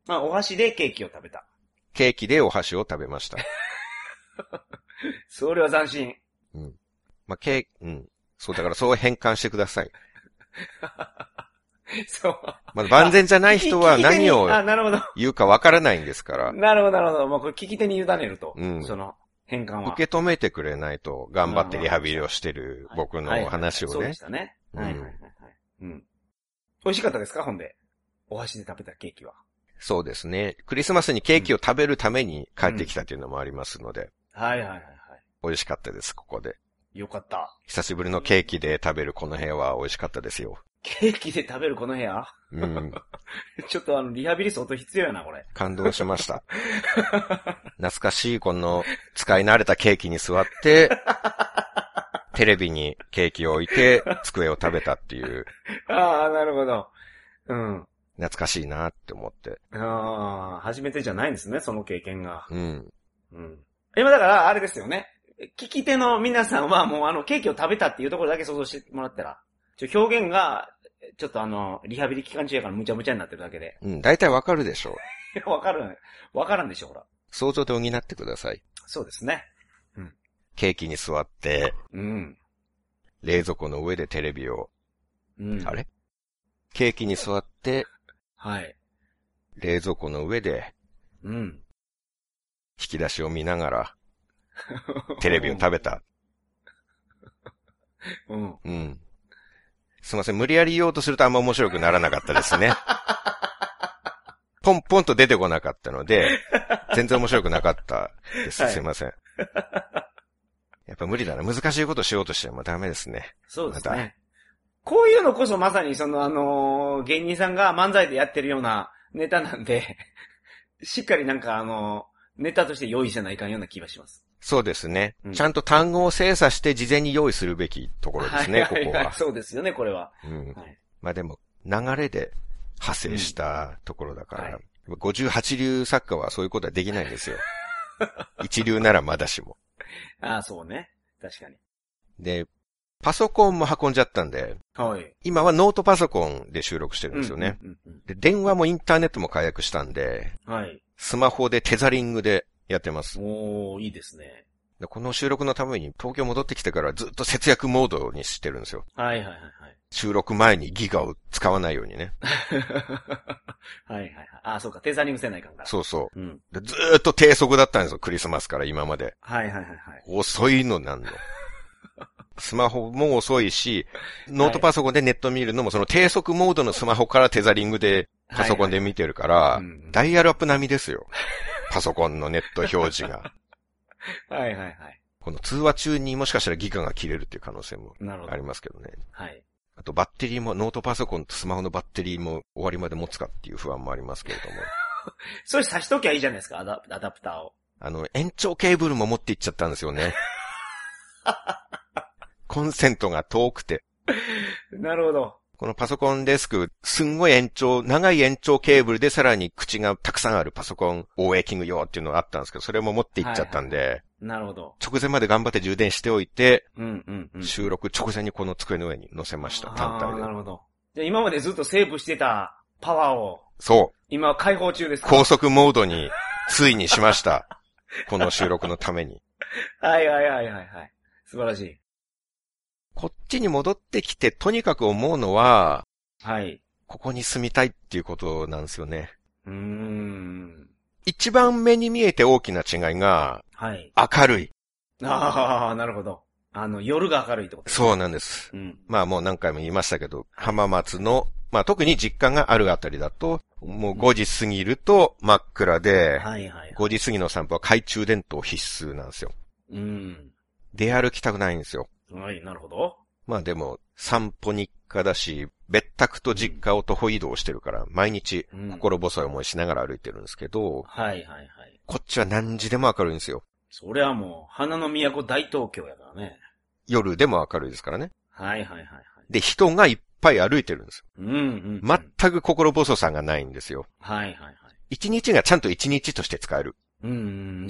Speaker 1: まあ、お箸でケーキを食べた。
Speaker 2: ケーキでお箸を食べま した。
Speaker 1: それは斬新。
Speaker 2: まあ、ケーキ、うん。そう、だからそう変換してください。
Speaker 1: そう。
Speaker 2: まあ、万全じゃない人
Speaker 1: 聞
Speaker 2: は
Speaker 1: き手に
Speaker 2: 何を
Speaker 1: あ、なるほど。
Speaker 2: 言うかわからないんですから、
Speaker 1: なるほど、なるほど。もうこれ聞き手に委ねると。
Speaker 2: うん
Speaker 1: その、変換は。
Speaker 2: 受け止めてくれないと、頑張ってリハビリをしてる僕
Speaker 1: はい
Speaker 2: の話
Speaker 1: そ
Speaker 2: を
Speaker 1: うで
Speaker 2: ね
Speaker 1: し。たね。
Speaker 2: うん
Speaker 1: はいはいはいはい。うん。美味しかったですかほんで。お箸で食べたケーキは。
Speaker 2: そうですね。クリスマスにケーキを食べるために帰ってきたというのもありますので、
Speaker 1: はいはいはいは
Speaker 2: 美味しかったです、ここで。
Speaker 1: い。よかった。
Speaker 2: 久しぶりのケーキで食べるこの部屋は美味しかったですよ。
Speaker 1: ケーキで食べるこの部屋
Speaker 2: うん。
Speaker 1: ちょっとあの、リハビリ相当必要やな、これ。
Speaker 2: 感動し ました。懐かしいこの使い慣れたケーキに座って、テレビにケーキを置いて机を食べたっていう、
Speaker 1: ああ、なるほど。うん。
Speaker 2: 懐かしいなって思って。
Speaker 1: ああ、初めてじゃないんですね、その経験が。
Speaker 2: うん。
Speaker 1: うん。今だから、あれですよね。聞き手の皆さんはもうあの、ケーキを食べたっていうところだけ想像してもらったら、ちょ表現が、ちょっとあの、リハビリ期間中やからむちゃむちゃになってるだけで。
Speaker 2: うん、大体わかるでしょう。
Speaker 1: いやわかる、わからんでしょ、ほら。
Speaker 2: 想像で補ってください。
Speaker 1: そうですね。
Speaker 2: ケーキに座って、
Speaker 1: うん。
Speaker 2: 冷蔵庫の上でテレビを、
Speaker 1: うん。
Speaker 2: あれケーキに座って、
Speaker 1: はい。
Speaker 2: 冷蔵庫の上で
Speaker 1: うん。
Speaker 2: 引き出しを見なが らテレビを食べた。
Speaker 1: うん。
Speaker 2: うん。すいません、無理やり言おうとするとあんま面白くならなかったです ね。ポンポンと出てこなかったので、全然面白くなかったで す。
Speaker 1: はい
Speaker 2: すいません。やっぱ無理だな。難しいことしようとしてもダメですね。
Speaker 1: そうです
Speaker 2: ま
Speaker 1: ね。こういうのこそまさにそのあのー芸人さんが漫才でやってるようなネタなんで、 しっかりなんかあのーネタとして用意せないかんような気がします。
Speaker 2: そうですね。
Speaker 1: うん
Speaker 2: ちゃんと単語を精査して事前に用意するべきところですね、
Speaker 1: はいはいはい
Speaker 2: ここは。
Speaker 1: そうですよね、これは。
Speaker 2: うん
Speaker 1: はい。
Speaker 2: まあでも、流れで派生したところだから、
Speaker 1: うんは
Speaker 2: 58流作家はそういうことはできないんですよ。一流ならまだしも。
Speaker 1: ああ、そうね。確かに。
Speaker 2: で、パソコンも運んじゃったんで、
Speaker 1: はい。
Speaker 2: 今はノートパソコンで収録してるんですよね。
Speaker 1: うんうん
Speaker 2: で、電話もインターネットも解約したんで、
Speaker 1: うんはい。
Speaker 2: スマホでテザリングでやってます。
Speaker 1: おー、いいですね。
Speaker 2: でこの収録のために東京戻ってきてからずっと節約モードにしてるんですよ。
Speaker 1: はいはいはい
Speaker 2: 収録前にギガを使わないようにね。
Speaker 1: はい。はいはいはい。ああ、そうか、テザリングせないかんから。。
Speaker 2: そうそう
Speaker 1: うん。
Speaker 2: う。でずーっと低速だったんですよ、クリスマスから今まで。
Speaker 1: はいはいはいはい。
Speaker 2: 遅いの なんの。スマホも遅いし、ノートパソコンでネット見るのも、その低速モードのスマホからテザリングでパソコンで見てるから、
Speaker 1: はいはいうん
Speaker 2: ダイヤルアップ並みですよ。パソコンのネット表示が。
Speaker 1: はいはいはい。
Speaker 2: この通話中にもしかしたらギガが切れるっていう可能性も
Speaker 1: なるほど
Speaker 2: あり。ますけどね。
Speaker 1: はい。
Speaker 2: あとバッテリーも、ノートパソコンとスマホのバッテリーも終わりまで持つかっていう不安もありますけれども。
Speaker 1: それ差しときゃいいじゃないですか、アダアダプターを。
Speaker 2: あの、延長ケーブルも持って行っちゃったんです よね。コンセントが遠くて、
Speaker 1: なるほど。
Speaker 2: このパソコンデスク、すんごい延長、長い延長ケーブルでさらに口がたくさんあるパソコン、OA キング用っていうのがあったんですけど、それも持って行っちゃったんで、
Speaker 1: なるほど。
Speaker 2: 直前まで頑張って充電しておいて、
Speaker 1: うんうんうん。
Speaker 2: 収録直前にこの机の上に乗せました、単
Speaker 1: あーな
Speaker 2: 体で。
Speaker 1: るほど。じゃあ今までずっとセーブしてたパワーを、
Speaker 2: そ
Speaker 1: 今は解放中です
Speaker 2: う、
Speaker 1: か
Speaker 2: 高速モードに、ついにしました。この収録のために。
Speaker 1: はいはいはいはいはい。素晴らしい。
Speaker 2: こっちに戻ってきて、とにかく思うのは、
Speaker 1: はい。
Speaker 2: ここに住みたいっていうことなんですよね。
Speaker 1: うーん。
Speaker 2: 一番目に見えて大きな違いが、
Speaker 1: はい。
Speaker 2: 明るい。
Speaker 1: ああ、なるほど。あの、夜が明るいってこと
Speaker 2: そうなんです。
Speaker 1: う。うん。
Speaker 2: まあもう何回も言いましたけど、浜松の、まあ特に実家があるあたりだと、もう5時過ぎると真っ暗
Speaker 1: は
Speaker 2: で、
Speaker 1: いはいはい。
Speaker 2: 5時過ぎの散歩は懐中電灯必須なんですよ。
Speaker 1: うん。
Speaker 2: 出歩きたくないんですよ。
Speaker 1: はい、なるほど。
Speaker 2: まあでも、散歩日課だし、別宅と実家を徒歩移動してるから、毎日
Speaker 1: うん
Speaker 2: 心細い思いしながら歩いてるんですけど、
Speaker 1: はいはいはい。
Speaker 2: こっちは何時でも明るいんですよ。
Speaker 1: それはもう、花の都大東京やからね。
Speaker 2: 夜でも明るいですからね。
Speaker 1: はいはいはいはい。
Speaker 2: で、人がいっぱい歩いてるんですよ。
Speaker 1: うんうん。うん
Speaker 2: 全く心細さがないんですよ。
Speaker 1: はいはいはい。
Speaker 2: 一日がちゃんと一日として使える。
Speaker 1: うん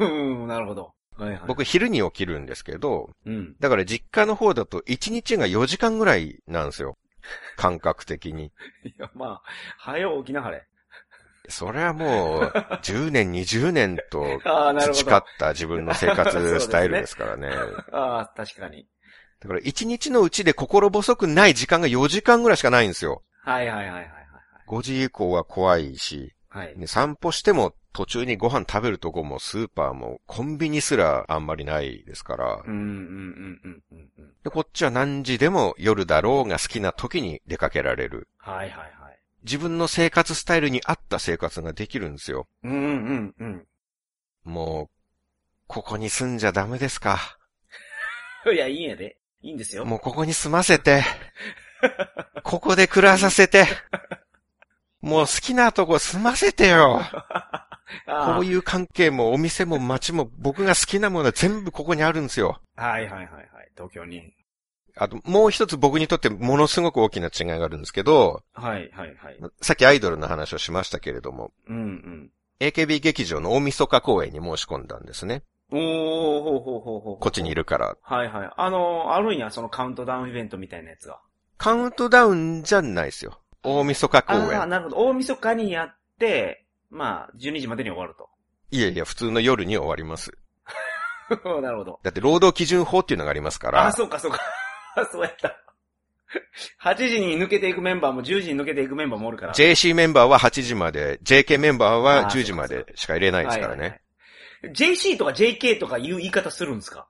Speaker 1: うん。うん、 なるほど。はいはい。、
Speaker 2: 僕昼に起きるんですけど、
Speaker 1: うん。
Speaker 2: だから実家の方だと1日が4時間ぐらい なんですよ。感覚的に。
Speaker 1: いや、まあ、早起きなはれ。
Speaker 2: それはもう、10年、20年と
Speaker 1: ああ、なるほ
Speaker 2: 培っ
Speaker 1: ど。
Speaker 2: た自分の生 活スタイルですからね。
Speaker 1: ああ、確かに。
Speaker 2: だから1日のうちで心細くない時間が4時間ぐらいしかないんですよ。
Speaker 1: はいはいはいはい
Speaker 2: 5時以降は怖いし、
Speaker 1: はい。はい。
Speaker 2: ね散歩しても途中にご飯食べるとこもスーパーもコンビニすらあんまりないですから
Speaker 1: う、んうんうんうんうんうん。
Speaker 2: でこっちは何時でも夜だろうが好きな時に出かけられる。
Speaker 1: はいはいはい。
Speaker 2: 自分の生活スタイルに合った生活ができるんですよ。
Speaker 1: うんうんうん
Speaker 2: もう、ここに住んじゃダメですか。
Speaker 1: うん。いや、いいんやで。いいんですよ。
Speaker 2: もうここに住ませ て、ここで暮らさせて、もう好きなとこ住ませてよ。
Speaker 1: ああ
Speaker 2: こういう関係もお店も街も僕が好きなものは全部ここにあるんですよ。
Speaker 1: はいはいはいはい。東京に。
Speaker 2: あと、もう一つ僕にとってものすごく大きな違いがあるんですけど、
Speaker 1: はいはいはい。
Speaker 2: さっきアイドルの話をしましたけれども、
Speaker 1: うん
Speaker 2: AKB 劇場の大晦日公演に申し込んだんですね。
Speaker 1: うん。おー、ほうほうほうほう。
Speaker 2: こっちにい
Speaker 1: る。
Speaker 2: るから。
Speaker 1: はいはい。あのー、あるんや、そのカウントダウンイベントみたいなやつが。
Speaker 2: カウントダウンじゃないですよ。大晦日公
Speaker 1: ああ、
Speaker 2: 演。
Speaker 1: なるほど。大晦日にやって、まあ、12時までに終わる
Speaker 2: いやいや、普通の夜に終わります。
Speaker 1: と。 なるほど。
Speaker 2: だって労働基準法っていうのがありますから。
Speaker 1: ああ、そうかそうか。 そうやった。8時に抜けていくメンバーも10時に抜けていくメンバーもおるから。
Speaker 2: JC メンバーは8時まで、JK メンバー
Speaker 1: あ
Speaker 2: は
Speaker 1: ー
Speaker 2: 10時までしか入れないですから
Speaker 1: はいは
Speaker 2: ね
Speaker 1: い。はい。JC とか JK とかいう言い方するんですか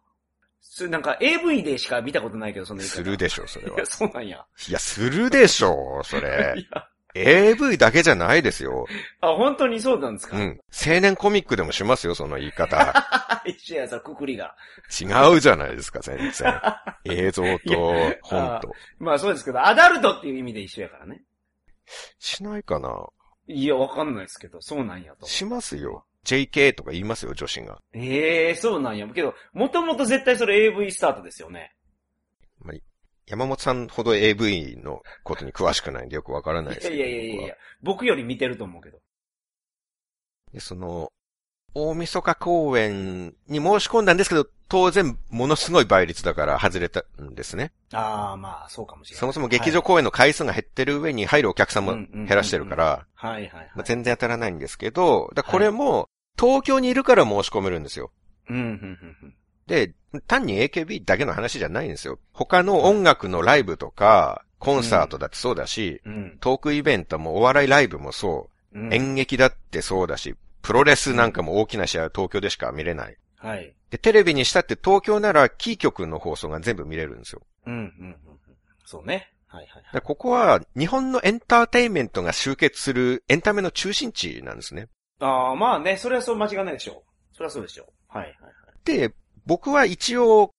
Speaker 1: それなんか AV でしか見たことないけど、その言い方。
Speaker 2: するでしょ、それ
Speaker 1: い
Speaker 2: は
Speaker 1: や、。そうなんや。
Speaker 2: いや、するでしょ、それ
Speaker 1: い。や、
Speaker 2: AV だけじゃないですよ。
Speaker 1: あ、本当にそうなんですか、
Speaker 2: うん。青年コミックでもしますよ、その言い方。
Speaker 1: 一緒や、そのくくりが。
Speaker 2: 違うじゃないですか、全 然。映像と本と。
Speaker 1: まあそうですけど、アダルトっていう意味で一緒やからね。
Speaker 2: しないかない
Speaker 1: や、わかんないですけど、そうなんやと。
Speaker 2: しますよ。JK とか言いますよ、女子が。
Speaker 1: ええそうなんや。けど、もともと絶対それ AV スタートですよね。
Speaker 2: 山本さんほど AV のことに詳しくないんでよくわからないですけど。
Speaker 1: いやいやいやい
Speaker 2: 僕
Speaker 1: やい
Speaker 2: は
Speaker 1: や、僕より見てると思うけど。
Speaker 2: で、その、大晦日公演に申し込んだんですけど、当然、ものすごい倍率だから外れたんですね。
Speaker 1: ああ、まあ、そうかもしれない。
Speaker 2: そもそも劇場公演の回数が減ってる上に入るお客さんも
Speaker 1: 減
Speaker 2: 減らしてるか。ら、
Speaker 1: はいはいはい。
Speaker 2: まあ全然当たらないんですけど、だからこれも、東京にいるから申し込めるんですよ。
Speaker 1: うん、うん、うんうん。
Speaker 2: で、単に AKB だけの話じゃないんですよ。他の音楽のライブとか、コンサートだってそうだし、
Speaker 1: うん
Speaker 2: トークイベントもお笑いライブもそうう、
Speaker 1: ん。
Speaker 2: 演劇だってそうだし、プロレスなんかも大きな試合は東京でしか見れない。
Speaker 1: はい。
Speaker 2: で、テレビにしたって東京ならキー局の放送が全部見れるんですよ。
Speaker 1: うん、うん、うんうん。そうね。はいはい
Speaker 2: だか
Speaker 1: はい。
Speaker 2: らここは日本のエンターテインメントが集結するエンタメの中心地なんですね。
Speaker 1: ああ、まあね、それはそう間違いないでしょう。それはそうでしょう。はいはいはい。
Speaker 2: で、僕は一応、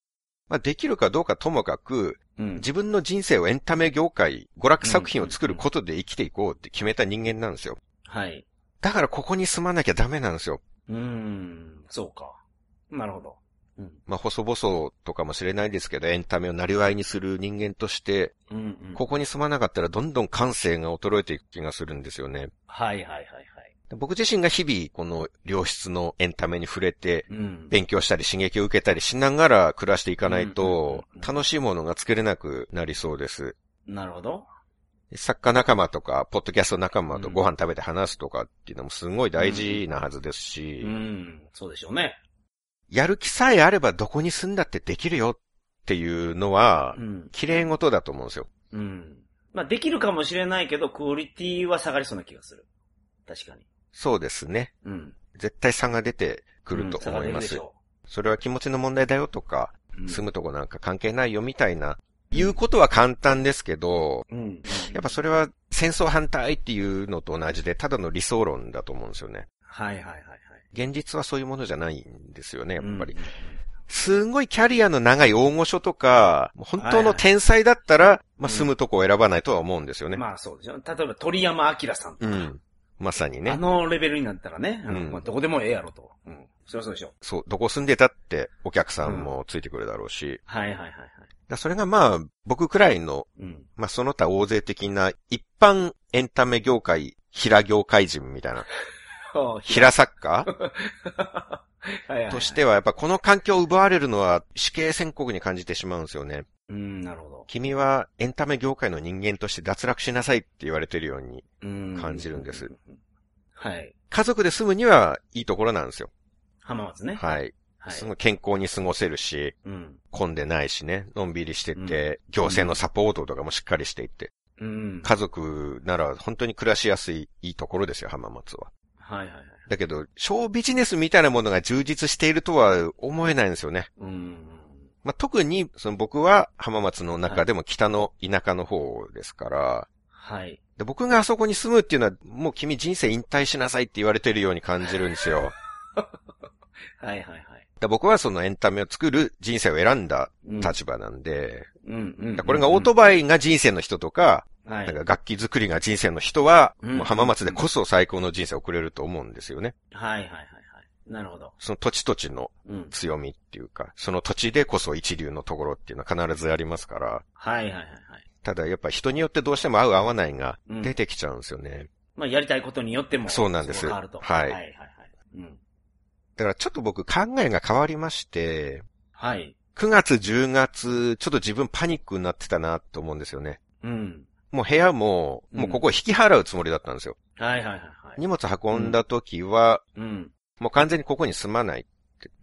Speaker 2: まあ、できるかどうかともかく、
Speaker 1: うん。
Speaker 2: 自分の人生をエンタメ業界、娯楽作品を作ることで生きていこうって決めた人間なんですよ。
Speaker 1: はい。
Speaker 2: だからここに住まなきゃダメなんですよ。
Speaker 1: うーん、そうか。なるほど。うん。
Speaker 2: まあ、細々とかもしれないですけど、エンタメをなりわいにする人間として、
Speaker 1: うん、うん。
Speaker 2: ここに住まなかったらどんどん感性が衰えていく気がするんですよね。
Speaker 1: はいはいはいはい。
Speaker 2: 僕自身が日々この良質のエンタメに触れて、
Speaker 1: うん。
Speaker 2: 勉強したり刺激を受けたりしながら暮らしていかないと
Speaker 1: うん、
Speaker 2: 楽しいものが作れなくなりそうです。
Speaker 1: なるほど。
Speaker 2: 作家仲間とか、ポッドキャスト仲間と
Speaker 1: うん
Speaker 2: ご飯食べて話すとかっていうのもすごい大事なはずですし
Speaker 1: う、ん、そうでしょうね。
Speaker 2: やる気さえあればどこに住んだってできるよっていうのは
Speaker 1: う、ん。
Speaker 2: 綺麗事だと思うんですよ。
Speaker 1: うん。まあ、できるかもしれないけど、クオリティは下がりそうな気がする。確かに。
Speaker 2: そうですね。
Speaker 1: うん。
Speaker 2: 絶対差が出てくると
Speaker 1: うん下が
Speaker 2: 思
Speaker 1: れ
Speaker 2: い
Speaker 1: る
Speaker 2: ま
Speaker 1: でし
Speaker 2: す。
Speaker 1: ょ
Speaker 2: それは気持ちの問題だよとか、
Speaker 1: ううん
Speaker 2: 住むとこなんか関係ないよみたいな、言うことは簡単ですけど、
Speaker 1: うん。
Speaker 2: やっぱそれは戦争反対っていうのと同じで、ただの理想論だと思うんですよね。
Speaker 1: はいはいはいはい。
Speaker 2: 現実はそういうものじゃないんですよね、やっぱり。
Speaker 1: うん。
Speaker 2: すごいキャリアの長い大御所とか、もう本当の天才だったら、まあ住むとこを選ばないとは思うんですよね。
Speaker 1: まあそうでしょ。例えば鳥山明さんと
Speaker 2: う
Speaker 1: か、
Speaker 2: ん。まさに
Speaker 1: あ
Speaker 2: ね。
Speaker 1: のレベルになったらね、うん
Speaker 2: うん
Speaker 1: まあ、どこでもええやろと。うん。そりゃそうでしょ。
Speaker 2: そう、どこ住んでたってお客さんもついてくるだろうし。だか
Speaker 1: はいはいはいはい。
Speaker 2: らそれがまあ、僕くらいの
Speaker 1: うん。
Speaker 2: まあ、その他大勢的な一般エンタメ業界、平業界人みた いな、
Speaker 1: はあ
Speaker 2: 平 作家
Speaker 1: はいはいはい
Speaker 2: としてはやっぱこの環境を奪われるのは死刑宣告に感じてしまうんですよね。
Speaker 1: うん、なるほど。
Speaker 2: 君はエンタメ業界の人間として脱落しなさいって言われてるように。感じるんです
Speaker 1: ううううん。はい。
Speaker 2: 家族で住むにはいいところなんですよ。
Speaker 1: 浜松ね。
Speaker 2: はい。
Speaker 1: はい。
Speaker 2: その健康に過ごせるし、
Speaker 1: うん。
Speaker 2: 混んでないしね、のんびりしてて、
Speaker 1: うん
Speaker 2: 行政のサポートとかもしっかりしていって、
Speaker 1: うん。
Speaker 2: 家族なら本当に暮らしやすい、いいところですよ、浜松は。
Speaker 1: はいはいはい。
Speaker 2: だけど、小ビジネスみたいなものが充実しているとは思えないんですよね。
Speaker 1: うん。
Speaker 2: まあ、特に、その僕は浜松の中でも北の田舎の方ですから、
Speaker 1: はい。
Speaker 2: で僕があそこに住むっていうのは、もう君人生引退しなさいって言われてるように感じるんですよ。だか
Speaker 1: はいはいはい。
Speaker 2: ら僕はそのエンタメを作る人生を選んだ
Speaker 1: うん
Speaker 2: 立場なんで、
Speaker 1: うんうん。
Speaker 2: だからこれがオートバイが人生の人とか、
Speaker 1: うん、は
Speaker 2: なんか
Speaker 1: い。
Speaker 2: 楽器作りが人生の人は、
Speaker 1: うん
Speaker 2: もう浜松でこそ最高の人生を送れると思うんですよね。
Speaker 1: はいはいはいはい。なるほど。
Speaker 2: その土地土地の
Speaker 1: うん。
Speaker 2: 強みっていうか、その土地でこそ一流のところっていうのは必ずありますから、
Speaker 1: はいはいはいはい。
Speaker 2: ただやっぱ人によってどうしても合う合わないが
Speaker 1: うん
Speaker 2: 出てきちゃうんですよね。
Speaker 1: まあ、やりたいことによっても。
Speaker 2: そうなんです
Speaker 1: そこが変わると。
Speaker 2: はい
Speaker 1: はいはいはい。うん。
Speaker 2: だからちょっと僕考えが変わりまして、
Speaker 1: はい。
Speaker 2: 9月10月、ちょっと自分パニックになってたなと思うんですよね。
Speaker 1: うん。
Speaker 2: もう部屋も、もうここ引き払うつもりだったんですよ。
Speaker 1: はいはいはいはい。
Speaker 2: 荷物運んだ時は、
Speaker 1: うん。
Speaker 2: もう完全にここに住まない。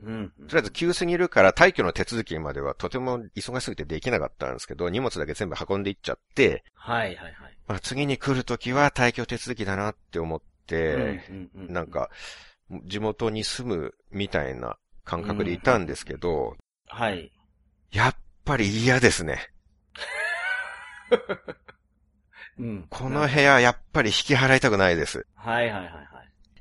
Speaker 1: うん。
Speaker 2: とりあえず急すぎるから退去の手続きまではとても忙しすぎてできなかったんですけど、荷物だけ全部運んでいっちゃって、
Speaker 1: はいはいはい。
Speaker 2: まあ、次に来る時は退去手続きだなって思って、
Speaker 1: うんうう
Speaker 2: なん、か、地元に住むみたいな感覚でいたんですけど、
Speaker 1: はい。
Speaker 2: やっぱり嫌ですね。
Speaker 1: うん。
Speaker 2: この部屋やっぱり引き払いたくないです。
Speaker 1: はいはいはいはい。
Speaker 2: い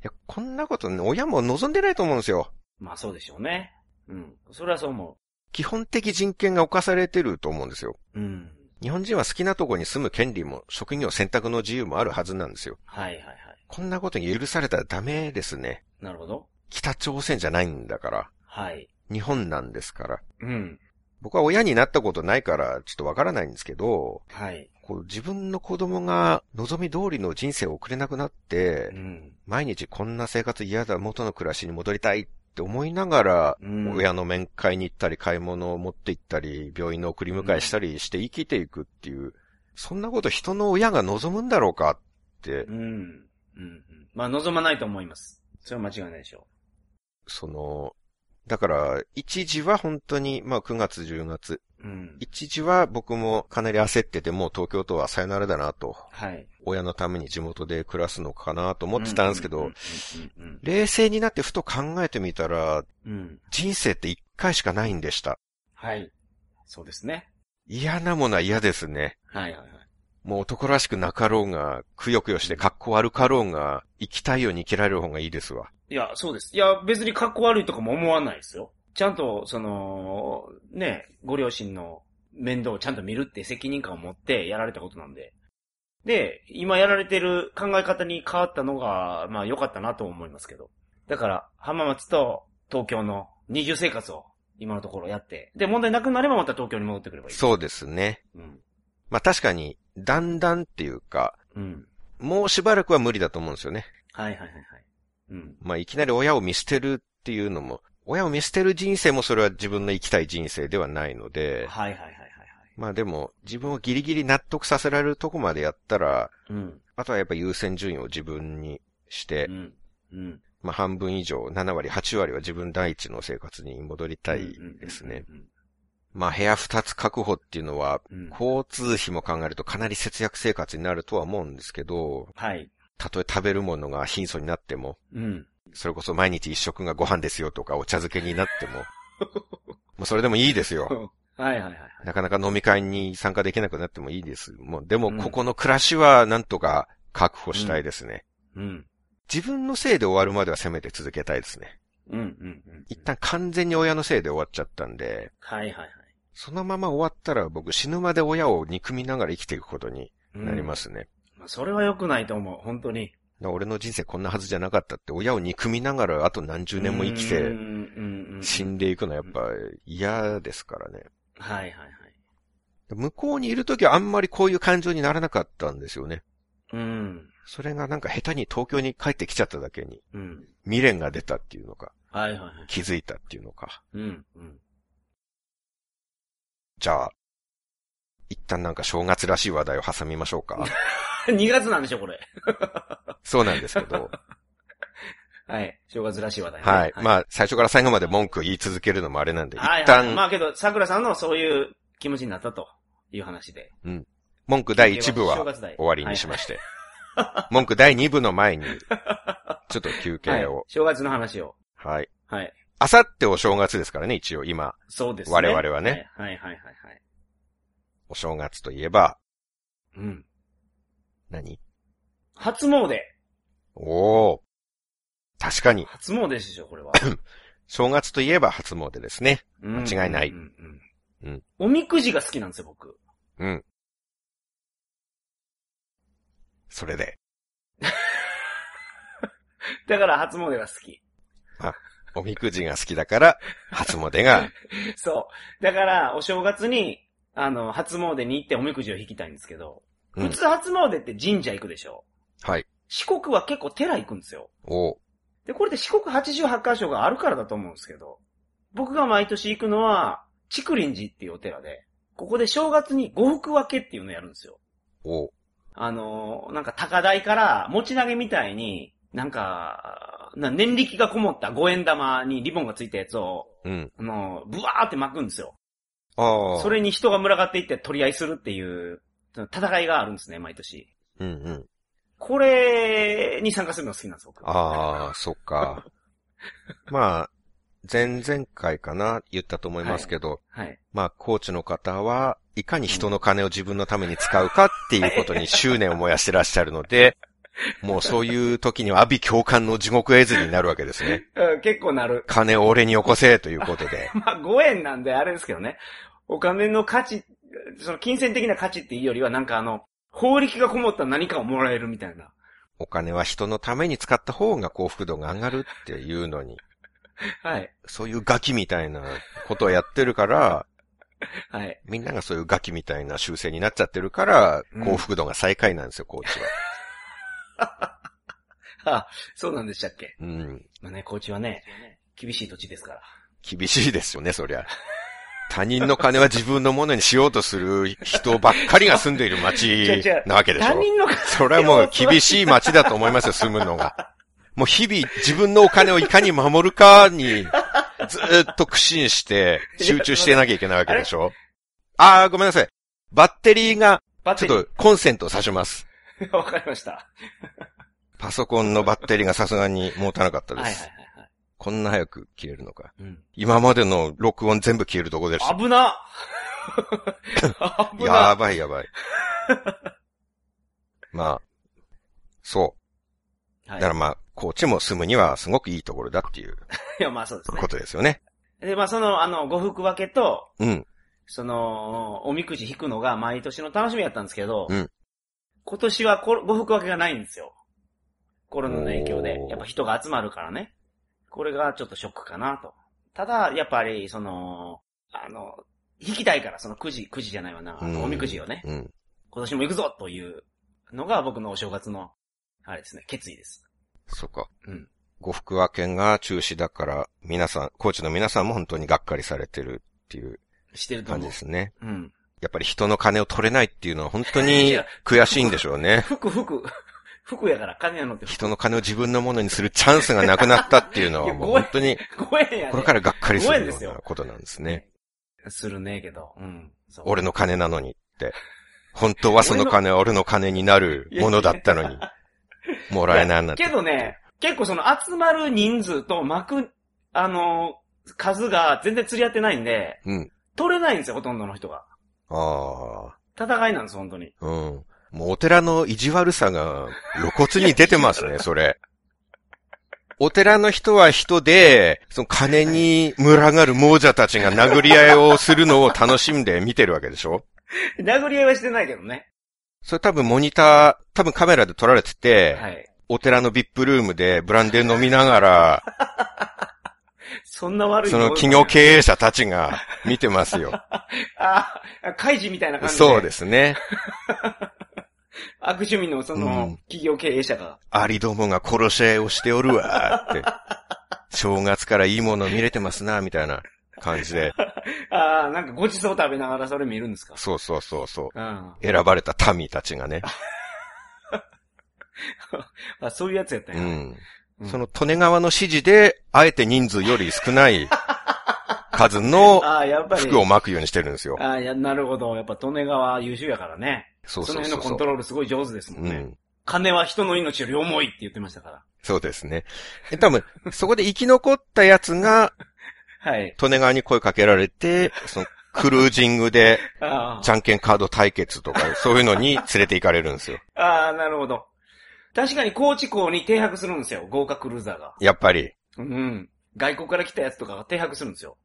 Speaker 2: や、こんなことね、親も望んでないと思うんですよ。
Speaker 1: まあそうでしょうね。うん。それはそう思
Speaker 2: 基本的人権が侵されてると思うんですよ。
Speaker 1: う。うん。
Speaker 2: 日本人は好きなとこに住む権利も、職業選択の自由もあるはずなんですよ。
Speaker 1: はいはいはい。
Speaker 2: こんなことに許されたらダメですね。
Speaker 1: なるほど。
Speaker 2: 北朝鮮じゃないんだから、
Speaker 1: はい。
Speaker 2: 日本なんですから。
Speaker 1: うん。
Speaker 2: 僕は親になったことないから、ちょっとわからないんですけど、
Speaker 1: はい。
Speaker 2: こう自分の子供が望み通りの人生を送れなくなっ
Speaker 1: う
Speaker 2: て、
Speaker 1: ん。
Speaker 2: 毎日こんな生活嫌だ、元の暮らしに戻りたいって思いながら、
Speaker 1: うん。
Speaker 2: 親の面会に行ったり、買い物を持って行ったり、病院の送り迎えしたりして生きていくっていう、そんなこと人の親が望むんだろうかって
Speaker 1: う、ん。うんうん。まあ望まないと思います。それは間違いないでしょ
Speaker 2: その、だから、一時は本当に、まあ9月10月、
Speaker 1: う。うん。
Speaker 2: 一時は僕もかなり焦ってて、もう東京とはさよならだなと、
Speaker 1: はい。
Speaker 2: 親のために地元で暮らすのかなと思ってたんですけ
Speaker 1: う
Speaker 2: ど
Speaker 1: ん、うんうん
Speaker 2: 冷静になってふと考えてみたら、
Speaker 1: うん。うん。
Speaker 2: 人生って一回しかないんでした。
Speaker 1: はい。そうですね。
Speaker 2: 嫌なものは嫌ですね。
Speaker 1: はいはいはい。
Speaker 2: もう男らしくなかろうが、くよくよして格好悪かろうが、生きたいように生きられる方がいいですわ。
Speaker 1: いや、そうです。いや、別に格好悪いとかも思わないですよ。ちゃんと、その、ね、ご両親の面倒をちゃんと見るって責任感を持ってやられたことなんで。で、今やられてる考え方に変わったのが、まあ良かったなと思いますけど。だから、浜松と東京の二重生活を今のところやって。で、問題なくなればまた東京に戻ってくればいい。
Speaker 2: そうですね。
Speaker 1: うん。
Speaker 2: まあ確かに、だんだんっていうか、
Speaker 1: うん。
Speaker 2: もうしばらくは無理だと思うんですよね。
Speaker 1: はいはいはいはい。うん。
Speaker 2: まあいきなり親を見捨てるっていうのも、親を見捨てる人生もそれは自分の生きたい人生ではないので、
Speaker 1: はいはいはいはいはい。
Speaker 2: まあでも、自分をギリギリ納得させられるとこまでやったら、
Speaker 1: うん。
Speaker 2: あとはやっぱ優先順位を自分にして
Speaker 1: う、ん。うん。
Speaker 2: まあ半分以上、7割、8割は自分第一の生活に戻りたいですね。まあ部屋2つ確保っていうのは、
Speaker 1: うん。うん。うん。
Speaker 2: 交通費も考えるとかなり節約生活になるとは思うんですけど、
Speaker 1: はい。
Speaker 2: たとえ食べるものが貧相になっても、
Speaker 1: うん。
Speaker 2: それこそ毎日一食がご飯ですよとかお茶漬けに なっても、もうそれでもいいですよ。
Speaker 1: はいはいはいはい。
Speaker 2: なかなか飲み会に参加できなくなってもいいです。もうで
Speaker 1: う
Speaker 2: も
Speaker 1: ん
Speaker 2: ここの暮らしはなんとか確保したいですね。
Speaker 1: うん。
Speaker 2: 自分のせいで終わるまではせめて続けたいですね。
Speaker 1: うんうんうん。
Speaker 2: 一旦完全に親のせいで終わっちゃったんで、
Speaker 1: はいはいはい。。
Speaker 2: そのまま終わったら僕死ぬまで親を憎みながら生きていくことになりますすね。
Speaker 1: まあそれは良くないと思う、本当に。
Speaker 2: だから俺の人生こんなはずじゃなかったって、親を憎みながらあと何十年も生き
Speaker 1: うん
Speaker 2: て、
Speaker 1: うんうん。
Speaker 2: 死んでいくのはやっぱ嫌ですからね。
Speaker 1: はいはいはい。
Speaker 2: 向こうにいる時はあんまりこういう感情にならなかったんですよね。
Speaker 1: うん。
Speaker 2: それがなんか下手に東京に帰ってきちゃっただけに、
Speaker 1: うん。
Speaker 2: 未練が出たっていうのか、
Speaker 1: はいはいはい。
Speaker 2: 気づいたっていうのか。
Speaker 1: うんうん。
Speaker 2: じゃあ、一旦なんか正月ら しい話題を挟みましょうか。
Speaker 1: 2月なんでしょ、これ。
Speaker 2: そうなんですけど、
Speaker 1: はい。正月らしい話題、ね。
Speaker 2: はい。まあ、最初から最後まで文句言い続けるのもあれなんで、
Speaker 1: はい
Speaker 2: 一
Speaker 1: はい。ま
Speaker 2: 旦、
Speaker 1: あけど、桜さんのそういう気持ちになったという話で。
Speaker 2: 文句第1部は
Speaker 1: 正月代
Speaker 2: 終わりにしまして、文句第2部の 前に、ちょっと休
Speaker 1: はい
Speaker 2: 憩
Speaker 1: はい
Speaker 2: を。
Speaker 1: 正月の話を。
Speaker 2: はい。
Speaker 1: はい。
Speaker 2: あさってお正月ですからね、一応今、
Speaker 1: そうですね。
Speaker 2: 我々はね。
Speaker 1: はいはいはいはいはい。
Speaker 2: お正月といえば、
Speaker 1: うん。
Speaker 2: 何
Speaker 1: 初詣。
Speaker 2: おー。確かに、
Speaker 1: 初詣でしょ、これは。
Speaker 2: 正月といえば初詣ですね。間違いない
Speaker 1: うんうんうん
Speaker 2: うん
Speaker 1: おみくじが好きなんですよ、僕。
Speaker 2: うん。それで、
Speaker 1: だから初詣が好き。
Speaker 2: おみくじが好きだから、初 詣が、
Speaker 1: そう。だから、お正月に、あの、初詣に行っておみくじを引きたいんですけど、
Speaker 2: うん
Speaker 1: 普通初詣って神社行くでしょ
Speaker 2: はい。
Speaker 1: 四国は結構寺行くんですよ。
Speaker 2: おー。
Speaker 1: で、これで四国88箇所があるからだと思うんですけど、僕が毎年行くのは、竹林寺っていうお寺で、ここで正月に五福分けっていうのをやるんですよ。
Speaker 2: おー。
Speaker 1: あのーなんか高台から持ち投げみたいに、なんか、な年力がこもった五円玉にリボンがついたやつを、
Speaker 2: うん。
Speaker 1: あのー、ブワーって巻くんですよ。
Speaker 2: ああ。
Speaker 1: それに人が群がっていって取り合いするっていう、その戦いがあるんですね、毎年。
Speaker 2: うんうん。
Speaker 1: これに参加するのが好きなんです、僕。
Speaker 2: ああ、そっ か。まあ、前々回かな、言ったと思いますけど、
Speaker 1: はい。
Speaker 2: まあ、コーチの方は、いかに人の金を自分のために使うかっていうことに執念を燃やしてらっしゃる ので、もうそういう時には阿鼻共感の地獄絵図になるわけですね。
Speaker 1: うん結構なる。
Speaker 2: 金を俺によこせということで。
Speaker 1: まあ、5円なんであれですけどね。お金の価値、その金銭的な価値っていうよりは、なんかあの、法力がこもった何かをもらえるみたいな。
Speaker 2: お金は人のために使った方が幸福度が上がるっていうのに、
Speaker 1: はい。
Speaker 2: そういうガキみたいなことをやってるから、
Speaker 1: はい。
Speaker 2: みんながそういうガキみたいな修正になっちゃってるから
Speaker 1: う、ん
Speaker 2: 幸福度が最下位なんですよ、コ ーチは。
Speaker 1: あ、そうなんでしたっけ
Speaker 2: うん。
Speaker 1: まあね、高知はね、厳しい土地ですから。
Speaker 2: 厳しいですよね、そりゃ。他人の金は自分のものにしようとする人ばっかりが住んでいる 街なわけでし
Speaker 1: 他
Speaker 2: ょ。
Speaker 1: 人の金
Speaker 2: それはもう厳しい街だと思いますよ、住む のが。もう日々自分のお金をいかに守るかに、ずーっと苦心して、集中してなきゃいけないわけで しょ。あー、ごめんなさい。バッテリーが、
Speaker 1: バッ
Speaker 2: ち
Speaker 1: テ
Speaker 2: ょっとコンセントを挿します。
Speaker 1: リー。わかりました。
Speaker 2: パソコンのバッテリーがさすがに持たなかった
Speaker 1: はい
Speaker 2: で
Speaker 1: はい
Speaker 2: す。
Speaker 1: はいはい。
Speaker 2: こんな早く消えるのか。
Speaker 1: うん。
Speaker 2: 今までの録音全部消えるとこです。
Speaker 1: 危な危
Speaker 2: や
Speaker 1: な
Speaker 2: ばいや ばい。まあ、そう。
Speaker 1: は
Speaker 2: だ
Speaker 1: い
Speaker 2: からまあ、高知も住むにはすごくいいところだっていう
Speaker 1: いや、まあそうですね
Speaker 2: こ。とですよね。
Speaker 1: で、まあその、あの、五福分けと、
Speaker 2: うん。
Speaker 1: その、おみくじ引くのが毎年の楽しみやったんですけど、
Speaker 2: うん
Speaker 1: 今年はコロ五福分けがないんですよ。コロナの影響で
Speaker 2: お。ー
Speaker 1: やっぱ人が集まるからね。これがちょっとショックかなと。ただ、やっぱり、その、あの、引きたいから、そのくじ、くじじゃないわな、あの
Speaker 2: うん
Speaker 1: おみくじをね、
Speaker 2: うん。
Speaker 1: 今年も行くぞというのが僕のお正月の、あれですね、決意です。
Speaker 2: そっか。
Speaker 1: うん。
Speaker 2: 呉服は県が中止だから、皆さん、高知の皆さんも本当にがっかりされてるっていう
Speaker 1: してると
Speaker 2: 感
Speaker 1: 思
Speaker 2: じ
Speaker 1: う
Speaker 2: で。すね。
Speaker 1: うん。
Speaker 2: やっぱり人の金を取れないっていうのは本 当に悔しいんでしょうね。
Speaker 1: 服、服。 服やから、金やのって 服。
Speaker 2: 人の金を自分のものにするチャンスがなくなったって いうのは、もう本当に、
Speaker 1: 5円やね。
Speaker 2: これからがっかりする
Speaker 1: ごめんで
Speaker 2: よう
Speaker 1: す
Speaker 2: な
Speaker 1: よ
Speaker 2: ことなんですね。
Speaker 1: するねえけど。うん。そう
Speaker 2: 俺の金なのにって。本当はその金は俺の金になるものだったのに、もらえないなんて。
Speaker 1: けどね、結構その集まる人数と巻く、あのー数が全然釣り合ってないんで、
Speaker 2: うん。
Speaker 1: 取れないんですよ、ほとんどの人が。
Speaker 2: あ
Speaker 1: 戦いなんです、本当に。
Speaker 2: あ、うん。もうお寺の意地悪さが露骨に出てますね、それ。お寺の人は人で、その金に群がる亡者たちが殴り合いをするのを楽しんで見てるわけでしょ
Speaker 1: 殴り合いはしてないけどね。
Speaker 2: それ多分モニター、多分カメラで撮られてて、
Speaker 1: はい。
Speaker 2: お寺のビップルームでブランデー飲みながら、
Speaker 1: そんな 悪い
Speaker 2: その企業経営者たちが見てますよ。
Speaker 1: ああ、開示み たいな感じで。。
Speaker 2: そうですすね。
Speaker 1: 悪趣味のそ
Speaker 2: うん
Speaker 1: の、企業経営者が。
Speaker 2: アリどもが殺し合いをしておるわって。正月からいいもの見れてますな、みたいな感じで。
Speaker 1: ああ、なんかごちそう食べながらそれ見るんですか。
Speaker 2: そうそうそうそう。
Speaker 1: うん。
Speaker 2: 選ばれた民たちがね。
Speaker 1: あ、そういうやつやったん
Speaker 2: う
Speaker 1: や。
Speaker 2: ん。
Speaker 1: うん
Speaker 2: その利根川の指示で、あえて人数より少ない数の
Speaker 1: ああ、 やっぱり。
Speaker 2: 服を巻くようにしてるんですよ。
Speaker 1: ああ、いや、なるほど。やっぱ、利根川優秀やからね。
Speaker 2: そう
Speaker 1: そ
Speaker 2: そう
Speaker 1: の辺
Speaker 2: そう
Speaker 1: のコ
Speaker 2: そ
Speaker 1: ン
Speaker 2: う
Speaker 1: ト。ロールすごい上手ですもん
Speaker 2: う
Speaker 1: ね。
Speaker 2: ん。
Speaker 1: 金は人の命より重いって言ってましたから。
Speaker 2: そうですね。え多分、そこで生き残ったやつが、
Speaker 1: はい。
Speaker 2: 利根川に声かけられて、その、クルージングで、
Speaker 1: あ
Speaker 2: じゃんけんカード対決とか、そういうのに連れて行かれるんですよ。
Speaker 1: あ、ああなるほど。確かに高知港に停泊するんですよ。豪華クルーザーが。
Speaker 2: やっぱり。
Speaker 1: うん。外国から来たやつとかが停泊するんですよ。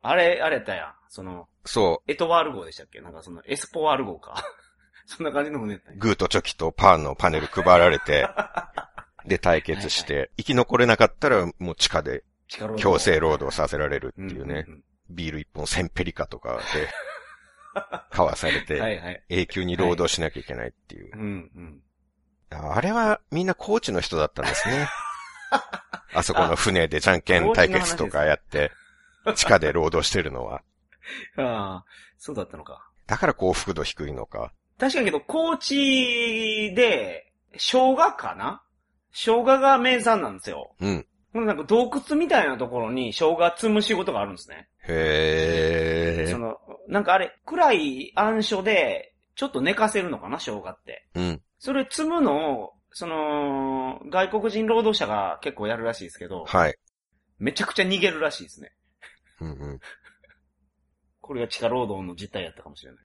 Speaker 1: あれ、あれやったやん。その、
Speaker 2: そ
Speaker 1: エトワール号でしたっけなんかその、エスポワール号か。 そんな感じの船やったん
Speaker 2: う、
Speaker 1: や
Speaker 2: グーとチョキとパーのパネル配られて、で対決して、生き残れなかったらもう地下で
Speaker 1: 力を
Speaker 2: 強制労働させられる
Speaker 1: う
Speaker 2: っ
Speaker 1: ん
Speaker 2: て
Speaker 1: うん
Speaker 2: いううんね、ビール一本1000ペリカとかで、買わされ
Speaker 1: は
Speaker 2: て、
Speaker 1: いはい。
Speaker 2: 永久に労働しなきゃいけないっていう
Speaker 1: う。んうん。
Speaker 2: あれはみんな高知の人だったんです ね。あそこの船でじゃんけん対決とかやって、地下で労働してるのは。
Speaker 1: ああ、そうだったのか。
Speaker 2: だから幸福度低いのか。
Speaker 1: 確かにけど、高知で、生姜かな生姜が名産なんですよ。
Speaker 2: うん。
Speaker 1: ほんでなんか洞窟みたいなところに生姜積む仕事があるんですね。
Speaker 2: へ
Speaker 1: その、なんかあれ、暗い暗所で、ちょっと寝かせるのかな、生姜って。
Speaker 2: ー。うん。
Speaker 1: それ積むのを、その、外国人労働者が結構やるらしいですけど、
Speaker 2: はい。
Speaker 1: めちゃくちゃ逃げるらしいですね。
Speaker 2: うんうん。
Speaker 1: これが地下労働の実態やったかもしれない。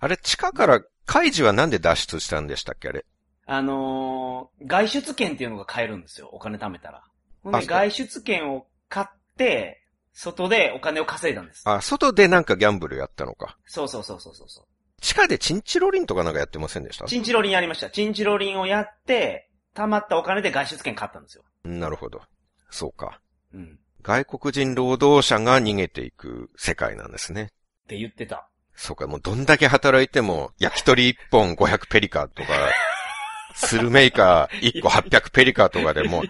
Speaker 2: あれ、地下から、カイジはなんで脱出したんでしたっけあれ。
Speaker 1: あのー外出券っていうのが買えるんですよ、お金貯めたら。ほん
Speaker 2: あ
Speaker 1: で
Speaker 2: そう
Speaker 1: 外出券を買って、外でお金を稼いだんです。
Speaker 2: あ、外でなんかギャンブルやったのか。
Speaker 1: そうそうそうそうそうそう。
Speaker 2: 地下でチンチロリンとかなんかやってませんでした
Speaker 1: チンチロリンやりました。チンチロリンをやって、貯まったお金で外出券買ったんですよ。
Speaker 2: なるほど。そうか。
Speaker 1: うん。
Speaker 2: 外国人労働者が逃げていく世界なんですね。
Speaker 1: って言ってた。
Speaker 2: そうか、もうどんだけ働いても、焼き鳥1本500ペリカと か、スルメイカ1個800ペリカとかでもう、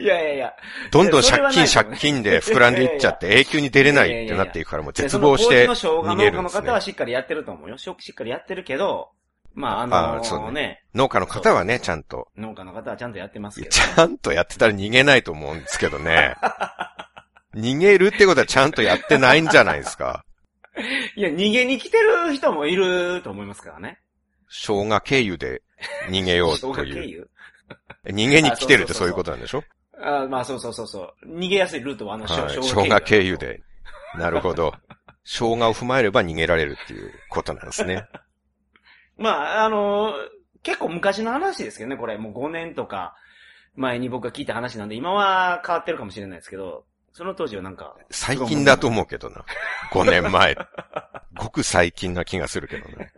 Speaker 1: いやいやいや。
Speaker 2: どんどん借
Speaker 1: いや
Speaker 2: 金
Speaker 1: それはない
Speaker 2: 借金で膨らんでいっちゃって、永久に出れないってなっていくから、もう絶望し
Speaker 1: その高
Speaker 2: て逃
Speaker 1: 知の
Speaker 2: げ
Speaker 1: 生姜
Speaker 2: る
Speaker 1: 農
Speaker 2: ん
Speaker 1: 家
Speaker 2: で
Speaker 1: の
Speaker 2: す
Speaker 1: 方
Speaker 2: ね
Speaker 1: は。しっかりやってると思うよ。ししっかりやってるけど、まあ、あの
Speaker 2: あそう
Speaker 1: ね
Speaker 2: 農家の方はね、ちゃんと。
Speaker 1: 農家の方はちゃんとやってます
Speaker 2: い
Speaker 1: け
Speaker 2: や
Speaker 1: ど。
Speaker 2: ちゃんとやってたら逃げないと思うんですけどね。逃げるってことはちゃんとやってないんじゃないです か。
Speaker 1: いや、逃げに来てる人もいると思いますからね。
Speaker 2: 生姜経由で逃げよう
Speaker 1: 生姜
Speaker 2: と
Speaker 1: 経
Speaker 2: いう。
Speaker 1: 由
Speaker 2: 逃げに来てるってそういうことなんでしょ
Speaker 1: あまあ、そうそうそうそう。逃げやすいルートはあの、
Speaker 2: はい。
Speaker 1: 生
Speaker 2: 生姜経由
Speaker 1: で。
Speaker 2: で。なるほど。生姜を踏まえれば逃げられるっていうことなんです ね。
Speaker 1: まあ、あの結構昔の話ですけどね、これ。もう5年とか前に僕が聞いた話なんで、今は変わってるかもしれないですけど、その当時はなんか、
Speaker 2: 最近だと思うけどな。5年前。ごく最近な気がするけどね。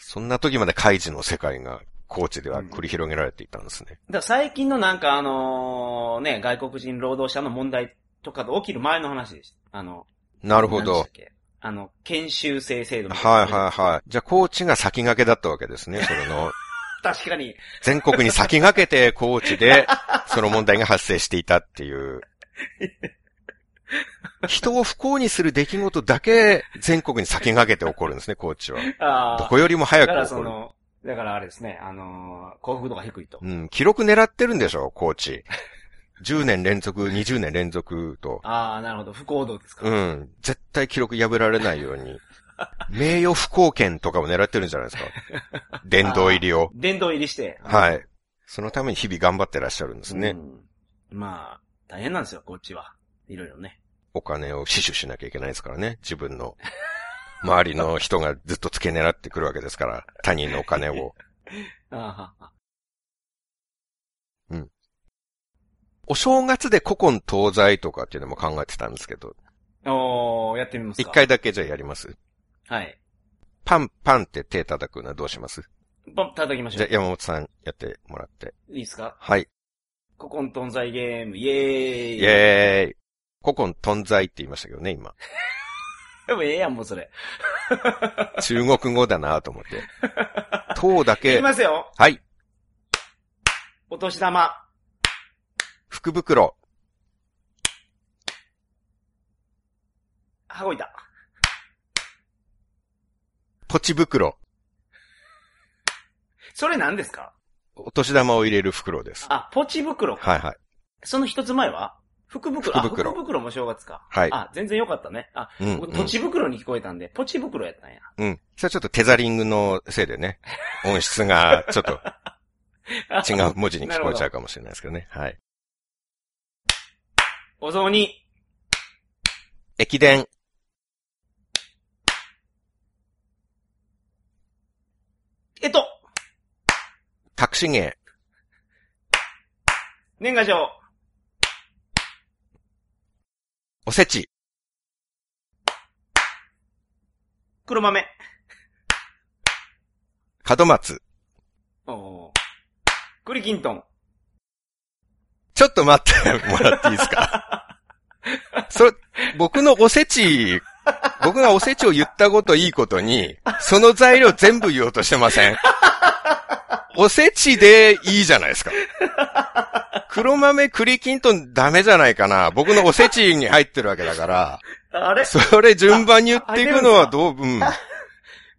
Speaker 2: そんな時までカイジの世界が高知では繰り広げられていたんですね。
Speaker 1: だから最近のなんかあのね、外国人労働者の問題とかと起きる前の話でした。あの、
Speaker 2: な
Speaker 1: な
Speaker 2: るほど。。
Speaker 1: あの、研修生制度みた
Speaker 2: はい
Speaker 1: な
Speaker 2: はいはい。じゃあ、高知が先駆けだったわけですね。それの、
Speaker 1: 確かに。
Speaker 2: 全国に先駆けて高知 で、その問題が発生していたっていう。人を不幸にする出来事だけ、全国に先駆けて起こるんですね、高知は。
Speaker 1: あ
Speaker 2: ど
Speaker 1: あ。
Speaker 2: こよりも
Speaker 1: だ
Speaker 2: 早
Speaker 1: か
Speaker 2: く
Speaker 1: ら
Speaker 2: 起こ
Speaker 1: そ
Speaker 2: る。
Speaker 1: の、だからあれですね、あのー幸福度が低いと。
Speaker 2: うん、記録狙ってるんでしょ、高知。10年連続、20 年連続と。
Speaker 1: ああ、なるほど。不幸度ですか。
Speaker 2: うん、絶対記録破られないように。名誉不幸権とかも狙ってるんじゃないで すか。殿堂入りを。
Speaker 1: 殿堂入りして。
Speaker 2: はい。そのために日々頑張ってらっしゃるんです
Speaker 1: うん
Speaker 2: ね。
Speaker 1: まあ、大変なんですよ、こっちは。いろいろね。
Speaker 2: お金を死守しなきゃいけないですからね。自分の。周りの人がずっと付け狙ってくるわけですから。他人のお金を。
Speaker 1: あーはーは
Speaker 2: お正月で古今東西とかっていうのも考えてたんですけど。
Speaker 1: ーおー、やってみます
Speaker 2: 一
Speaker 1: か。。
Speaker 2: 回だけじゃあやります。
Speaker 1: はい。
Speaker 2: パンパンって手叩くのはどうします
Speaker 1: ポン、叩きまし
Speaker 2: じ
Speaker 1: ょ
Speaker 2: ゃ
Speaker 1: う
Speaker 2: あ。山本さんやってもらって。
Speaker 1: いいですか
Speaker 2: はい。
Speaker 1: 古今東西ゲーム、イエーイ。
Speaker 2: イェーイ。古今東西って言いましたけどね、今。
Speaker 1: でもええやん、もうそれ。
Speaker 2: 中国語だなと思って。唐だ
Speaker 1: いき
Speaker 2: け。
Speaker 1: ますよ。
Speaker 2: はい。
Speaker 1: お年玉。
Speaker 2: 福袋。
Speaker 1: はごいた。
Speaker 2: ポチ袋。
Speaker 1: それ何ですか
Speaker 2: お年玉を入れる袋です。
Speaker 1: あ、ポチ袋か。
Speaker 2: はいはい。
Speaker 1: その一つ前は福袋。
Speaker 2: 福袋
Speaker 1: あ、福袋も正月か。
Speaker 2: はい。
Speaker 1: あ、全然良かったね。あ、
Speaker 2: うん、う
Speaker 1: 僕
Speaker 2: ん。
Speaker 1: ポチ袋に聞こえたんで、ポチ袋やったんや。
Speaker 2: うん。それはちょっとテザリングのせいで ね、音質がちょっと違う文字に聞こえちゃうかもしれないですけどね。はい。
Speaker 1: お雑煮。
Speaker 2: 駅伝。
Speaker 1: えっと、
Speaker 2: タクシゲ
Speaker 1: 年賀状。
Speaker 2: おせち。
Speaker 1: 黒豆。
Speaker 2: 門松。
Speaker 1: おー栗きんとん。
Speaker 2: ちょっと待ってもらっていいですか それ、僕のおせち、僕がおせちを言ったこといいことに、その材料全部言おうとしてま せんおせちでいいじゃないですか。黒豆栗きんとんダメじゃないかな。僕のおせちに入ってるわけだから、
Speaker 1: あれ
Speaker 2: それ順番に言っていくのはどう、うん。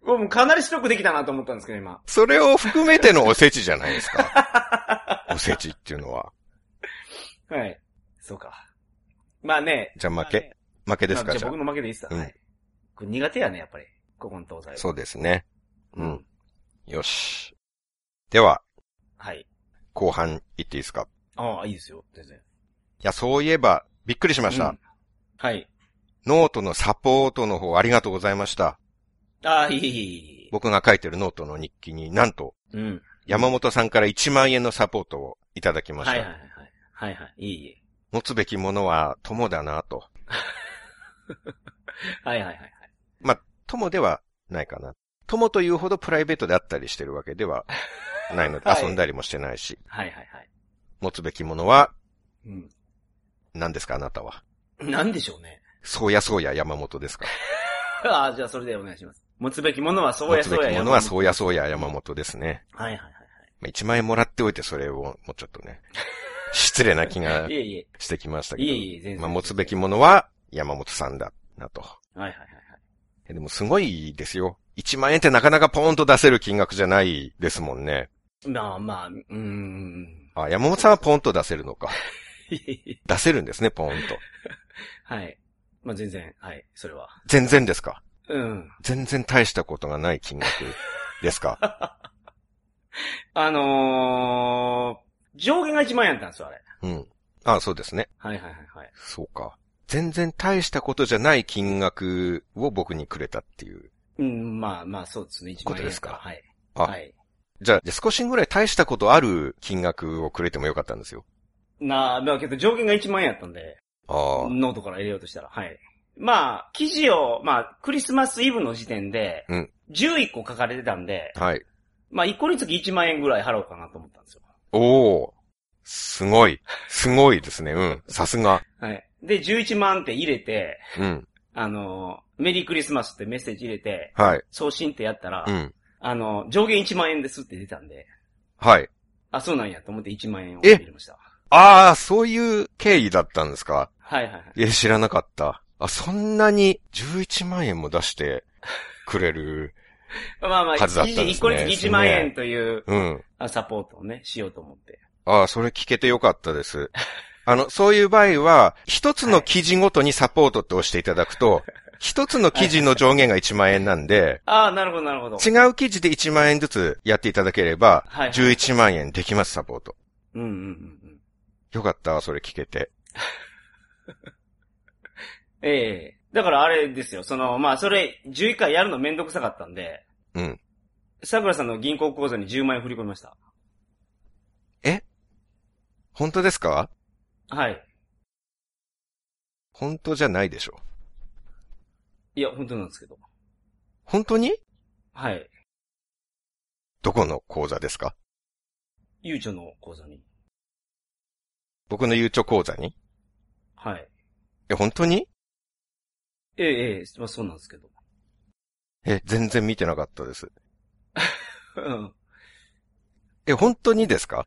Speaker 1: これもうかなり白くできたなと思ったんですけど、今。
Speaker 2: それを含めてのおせちじゃないですか。 おせちっていうのは。
Speaker 1: はい。そうか。まあね。
Speaker 2: じゃあ負け負けです
Speaker 1: ま
Speaker 2: か
Speaker 1: あ
Speaker 2: じ
Speaker 1: じ
Speaker 2: ゃ
Speaker 1: ゃ
Speaker 2: あ
Speaker 1: あ。僕の負けでいいっすか、
Speaker 2: うん
Speaker 1: はい。これ苦手やね、やっぱり。ここの東西。
Speaker 2: そうですね。
Speaker 1: う
Speaker 2: うん。よし。では、
Speaker 1: はい。
Speaker 2: 後半行っていいですか。
Speaker 1: ああ、いいですよ。全然。
Speaker 2: いや、そういえば、びっくりしました。
Speaker 1: うんはい。
Speaker 2: ノートのサポートの方ありがとうございました。
Speaker 1: ああ、いいいいいい。
Speaker 2: 僕が書いてるノートの日記になんと、
Speaker 1: うん。
Speaker 2: 山本さんから1万円のサポートをいただきました。
Speaker 1: はいはいはい。はいはい。いいいい。
Speaker 2: 持つべきものは友だなと。
Speaker 1: はいはいはいはい。
Speaker 2: 友ではないかな。友というほどプライベートであったりしてるわけ ではないので、
Speaker 1: はい
Speaker 2: 遊んだりもしてないし、
Speaker 1: はいはいはい。
Speaker 2: 持つべきものは
Speaker 1: うん。
Speaker 2: 何ですか、あなたは。
Speaker 1: なんでしょうね。
Speaker 2: そうやそうや山本ですか。
Speaker 1: ああ、じゃあそれでお願いします。持つべきものはそう
Speaker 2: 持
Speaker 1: や
Speaker 2: つべ
Speaker 1: そうや。
Speaker 2: きものは
Speaker 1: う。
Speaker 2: そうやそうや山本ですね。
Speaker 1: はいはいはい。
Speaker 2: まあ1万円もらっておいてそれをもうちょっと ね、失礼な気が
Speaker 1: いえいえ。
Speaker 2: してきましたけ
Speaker 1: い
Speaker 2: ど、
Speaker 1: えいえ、全然。
Speaker 2: まあ、持つべきものは山本さんだなと。
Speaker 1: はいはいはい
Speaker 2: えでもすごいですよ。1万円ってなかなかポーンと出せる金額じゃないですもんね。
Speaker 1: はい。まあまあ、うーん。
Speaker 2: あ、山本さんはポーンと出せるの か。
Speaker 1: いえいえ
Speaker 2: 出せるんですね、ポーンと。
Speaker 1: はい。まあ全然、はい、それは。
Speaker 2: 全然ですか
Speaker 1: うん。
Speaker 2: 全然大したことがない金額で すか
Speaker 1: あのー、上限が1万円やったんですよ、あれ。
Speaker 2: うん。あ、そうですね。
Speaker 1: はいはいはいはい。
Speaker 2: そうか。全然大したことじゃない金額を僕にくれたっていう。
Speaker 1: うん、まあまあそうですね、1万円。
Speaker 2: ことですか
Speaker 1: はい。
Speaker 2: あ
Speaker 1: はい。
Speaker 2: じゃあ、じゃあ少しぐらい大したことある金額をくれてもよかったんですよ。
Speaker 1: なあ、だけど上限が1万円やったんで、
Speaker 2: ああ。
Speaker 1: ノートから入れようとしたら。はい。まあ、記事を、まあ、クリスマスイブの時点で、
Speaker 2: うん
Speaker 1: 11個書かれてたんで、
Speaker 2: はい。
Speaker 1: まあ、1個につき1万円ぐらい払おうかなと思ったんですよ。
Speaker 2: おお。すごい。すごいですね。うん。さすが。
Speaker 1: はい。で、11万って入れて、
Speaker 2: うん。
Speaker 1: あの、メリークリスマスってメッセージ入れて、
Speaker 2: はい。
Speaker 1: 送信ってやったら、
Speaker 2: うん。
Speaker 1: あの、上限1万円ですって出たんで、
Speaker 2: はい。
Speaker 1: あ、そうなんやと思って1万円を
Speaker 2: え
Speaker 1: 入れました。
Speaker 2: ああ、そういう経緯だったんですか。
Speaker 1: はいはいはい。
Speaker 2: え、知らなかった。あ、そんなに11万円も出してくれる。
Speaker 1: まあまあ、
Speaker 2: 数だったんですね
Speaker 1: 1個につき1万円という
Speaker 2: うん。
Speaker 1: あサポートをね、しようと思って。
Speaker 2: ああ、それ聞けてよかったです。あの、そういう場合は、一つの記事ごとにサポートって押していただくと、一つの記事の上限が1万円なんで、
Speaker 1: ああ、なるほどなるほど。
Speaker 2: 違う記事で1万円ずつやっていただければ、
Speaker 1: はい。
Speaker 2: 11万円できます、サポート。
Speaker 1: うんうんうんうん。
Speaker 2: よかったわ、それ聞けて。
Speaker 1: ええだからあれですよ、その、まあそれ、11回やるのめんどくさかったんで、
Speaker 2: うん。
Speaker 1: 桜さんの銀行口座に10万円振り込みました。
Speaker 2: 本当ですか
Speaker 1: はい。
Speaker 2: 本当じゃないでしょ。
Speaker 1: いや、本当なんですけど。
Speaker 2: 本当に
Speaker 1: はい。
Speaker 2: どこの口座ですか
Speaker 1: ゆうちょの口座に。
Speaker 2: 僕のゆうちょ口座に
Speaker 1: はい。
Speaker 2: え、本当に
Speaker 1: ええええまあそうなんですけど。
Speaker 2: え、全然見てなかったです。
Speaker 1: うん。
Speaker 2: え、本当にですか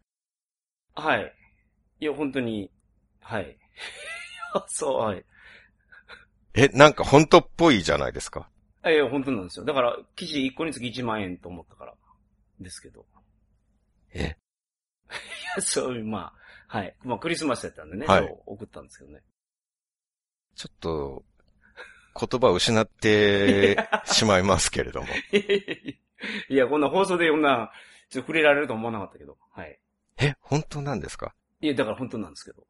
Speaker 1: はい。いや、本当に、はい。い やそう、はい。
Speaker 2: え、なんか本当っぽいじゃないですか。
Speaker 1: ええ本当なんですよ。だから、記事1個につき1万円と思ったから、ですけど。
Speaker 2: え、
Speaker 1: そういう、まあ、はい。まあ、クリスマスやったんでね、
Speaker 2: はい
Speaker 1: そう送ったんですけどね。
Speaker 2: ちょっと、言葉を失ってしまいますけ れども。
Speaker 1: いや、こんな放送でこんな、ちょっと触れられると思わなかったけど。はい。
Speaker 2: え、本当なんですか
Speaker 1: いや、だから本当なんですけど。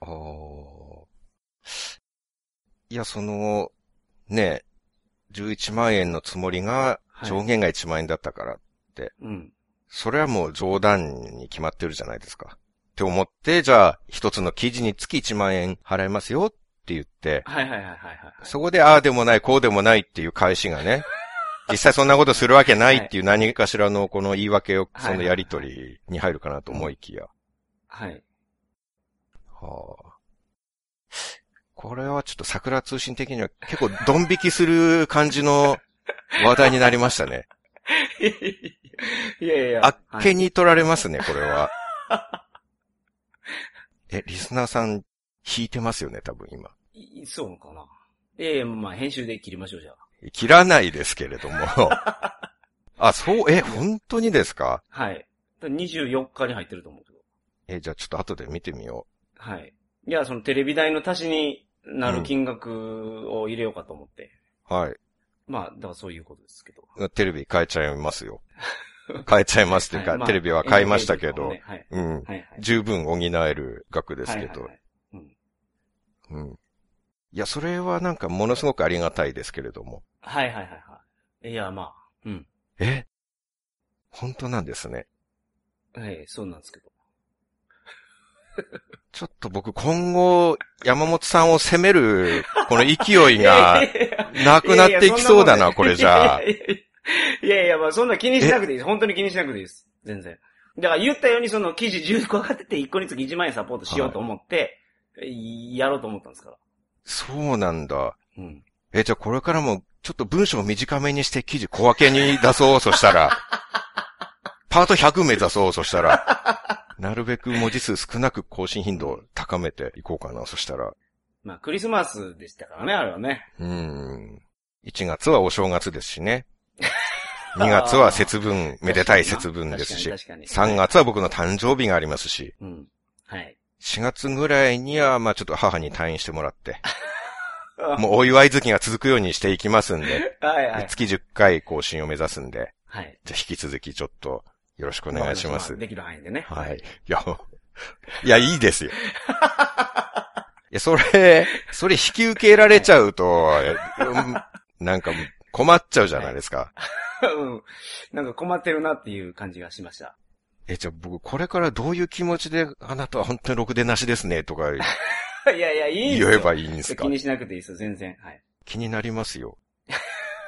Speaker 2: ああ。いや、その、ね、11万円のつもりが、
Speaker 1: はい
Speaker 2: 上限が1万円だったから、
Speaker 1: うん。
Speaker 2: それはもう冗談に決まってるじゃないですか。って思って、じゃあ、一つの記事につき1万円払いますよって言って、
Speaker 1: はいはいはいはいはい。
Speaker 2: そこでああでもない、こうでもないっていう返し がね、実際そんなことするわけないっていう何かしらのこの言い訳を、
Speaker 1: はい
Speaker 2: そのやりとりに入るかなと思いきや。
Speaker 1: はい。
Speaker 2: はあ、これはちょっと桜通信的には結構ドン引きする感じの話題になりました ね。
Speaker 1: いやいやいや。
Speaker 2: あっけ
Speaker 1: に。
Speaker 2: に取られますね、こ れは。え、リスナーさん、引いてますよね、多分今。
Speaker 1: いそうかな。いやいや、まあ、編集で切りましょう、じゃあ。
Speaker 2: 切らないですけれ ども。あ、そう、え、本当にですか
Speaker 1: はい。24日に入ってると思うけど。
Speaker 2: え、じゃあちょっと後で見てみよ
Speaker 1: はい。いや、そのテレビ台の足しになる金額を入れようかと思って。
Speaker 2: う。はい。
Speaker 1: まあ、だからそういうことですけど。
Speaker 2: テレビ変えちゃいますよ。 変えちゃいますというか、
Speaker 1: はいまあ
Speaker 2: テレビは変えましたけ
Speaker 1: NHK とかも
Speaker 2: ど
Speaker 1: ね、はい。
Speaker 2: うん。
Speaker 1: はいはい。
Speaker 2: 十分補える額ですけ
Speaker 1: はい
Speaker 2: ど
Speaker 1: はいは、いうん
Speaker 2: うん。いや、それはなんかものすごくありがたいですけれども。
Speaker 1: はいはいはいはい。いや、まあ、うん。
Speaker 2: え本当なんですね。
Speaker 1: はい、そうなんですけど。
Speaker 2: ちょっと僕今後、山本さんを責める、こ の勢いが、なくなっていきそうだな、これ じゃあ。
Speaker 1: いやいやいや、まあそんな気にしなくていいです。本当に気にしなくていいです。全然。だから言ったようにその記事10個上がってて1個につき1万円サポートしようと思って、やろうと思ったんですから。
Speaker 2: そうなんだ。
Speaker 1: うん。
Speaker 2: え、じゃあこれからも、ちょっと文章を短めにして記事小分けに出そう、そし たら。パート100目指そう、そしたら。なるべく文字数少なく更新頻度を高めていこうかな、そしたら。
Speaker 1: まあクリスマスでしたからね、あれはね。
Speaker 2: うん。1月はお正月です しね。2月は節分、めでたい節分ですし。
Speaker 1: 確かに。確かに
Speaker 2: 3。月は僕の誕生日がありますし。
Speaker 1: うん。はい。
Speaker 2: 4月ぐらいには、まあちょっと母に退院してもら って。もうお祝い月が続くようにしていきますんで。
Speaker 1: はいはい。
Speaker 2: 月10回更新を目指すんで。
Speaker 1: はい。
Speaker 2: じゃあ引き続きちょっとよろしくお願いします
Speaker 1: あああ。できる範囲でね。
Speaker 2: はい。いや、いや、いいですよ。いや、それ、それ引き受けられちゃうと、うんなんか困っちゃうじゃないですか。
Speaker 1: うん。なんか困ってるなっていう感じがしました。
Speaker 2: え、じゃあ僕、これからどういう気持ちで、あなたは本当にろくでなしですね、とか
Speaker 1: いやいや、いいんですよ
Speaker 2: 言えばいいんですか
Speaker 1: 気にしなくていいですよ、全然。はい。
Speaker 2: 気になりますよ。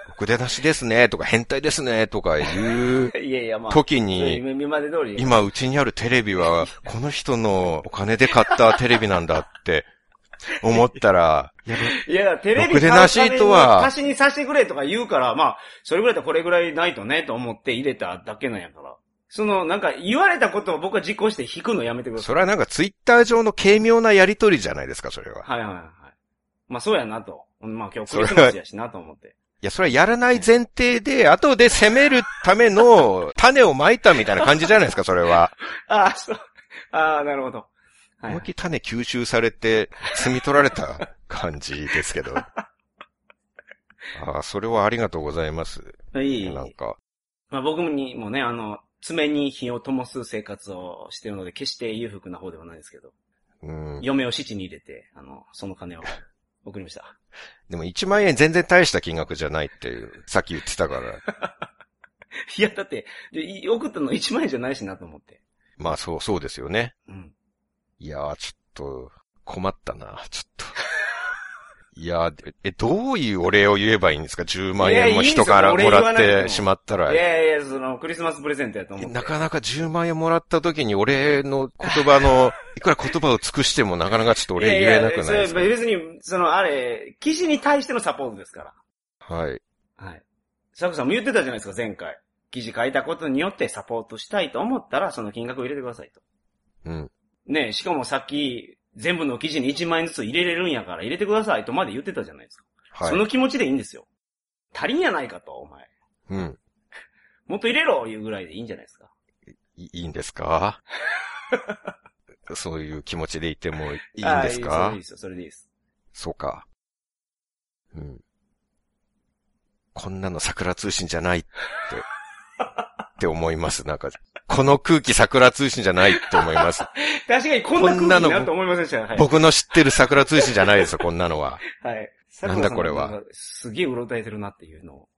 Speaker 2: ろくでなしですね、とか変態ですね、とか言う
Speaker 1: いやいや、まあ。
Speaker 2: 時
Speaker 1: うん
Speaker 2: に、
Speaker 1: 今今まで通り。
Speaker 2: 今うちにあるテレビ は、この人のお金で買ったテレビなんだ って思ったら、いや
Speaker 1: いや、テレビ
Speaker 2: ろくでなしとは
Speaker 1: 足しにさせてくれとか言うから、まあ、それぐらいだったらこれぐらいないとね、と思って入れただけなんやから。その、なんか、言われたことを僕は実行して引くのやめてください。
Speaker 2: それはなんかツイッター上の軽妙なやりとりじゃないですか、それは。
Speaker 1: はいはいはい。まあ、そうやなと。まあ、今日
Speaker 2: そ
Speaker 1: ク
Speaker 2: れ
Speaker 1: リ
Speaker 2: は
Speaker 1: スマスやしなと思って。
Speaker 2: いや、それはやらない前提で、後で攻めるための種をまいたみたいな感じじゃないですか、それは。
Speaker 1: ああ、そう。ああ、なるほど。は
Speaker 2: 思い
Speaker 1: い
Speaker 2: っき。り種吸収されて、摘み取られた感じですけ ど。ああ、それはありがとうございます。
Speaker 1: いい。
Speaker 2: なんか、
Speaker 1: まあ、僕にもね、あの、爪に火を灯す生活をしてるので、決して裕福な方ではないですけど。
Speaker 2: うん。
Speaker 1: 嫁を七に入れて、あの、その 金を送りました。
Speaker 2: でも1万円全然大した金額じゃないっていう、さっき言ってたから。
Speaker 1: いや、だって、でい送ったの1万円じゃないしなと思って。
Speaker 2: まあ、そう、そうですよね。
Speaker 1: うん。
Speaker 2: いやー、ちょっと、困ったな、ちょっ と。いやー、え、どういうお礼を言えばいいんですか ?10 万円も人から
Speaker 1: いやいいんですよ
Speaker 2: も
Speaker 1: お礼言わ
Speaker 2: らっ
Speaker 1: なくて
Speaker 2: て
Speaker 1: も
Speaker 2: しまったら
Speaker 1: い。やいやいや、その、クリスマスプレゼントやと思って。
Speaker 2: なかなか10万円もらった時にお礼の言 葉の、いくら言葉を尽くしてもなかなかちょっとお礼言えなくない
Speaker 1: や
Speaker 2: で
Speaker 1: や
Speaker 2: す
Speaker 1: そ
Speaker 2: か
Speaker 1: れ別に、その、あれ、記事に対してのサポートですか
Speaker 2: はい。
Speaker 1: ら。はい。サクさんも言ってたじゃないですか、前回。記事書いたことによってサポートしたいと思ったら、その金額を入れてくださいと。
Speaker 2: うん。
Speaker 1: ねえしかもさっき、全部の記事に1万円ずつ入れれるんやから入れてくださいとまで言ってたじゃないですか。
Speaker 2: は
Speaker 1: そ
Speaker 2: い。
Speaker 1: の気持ちでいいんですよ。足りんやないかと、お前。
Speaker 2: うん。
Speaker 1: もっと入れろいうぐらいでいいんじゃないですか。
Speaker 2: いいいんで すかそういう気持ちでいてもいいんです
Speaker 1: あー
Speaker 2: か
Speaker 1: いいですそれでいいです
Speaker 2: そうか。うん。こんなの桜通信じゃないって、って思います。なんか、この空気桜通信じゃないって思います。
Speaker 1: それでいいです。確かにこんな空気に
Speaker 2: こんなの
Speaker 1: なると思いませんでした。はい。
Speaker 2: 僕の知ってる桜通信じゃないですよ、こんなのは。
Speaker 1: はい。
Speaker 2: なんだこれは
Speaker 1: 桜さんがすげえうろたえてるなっていうのを。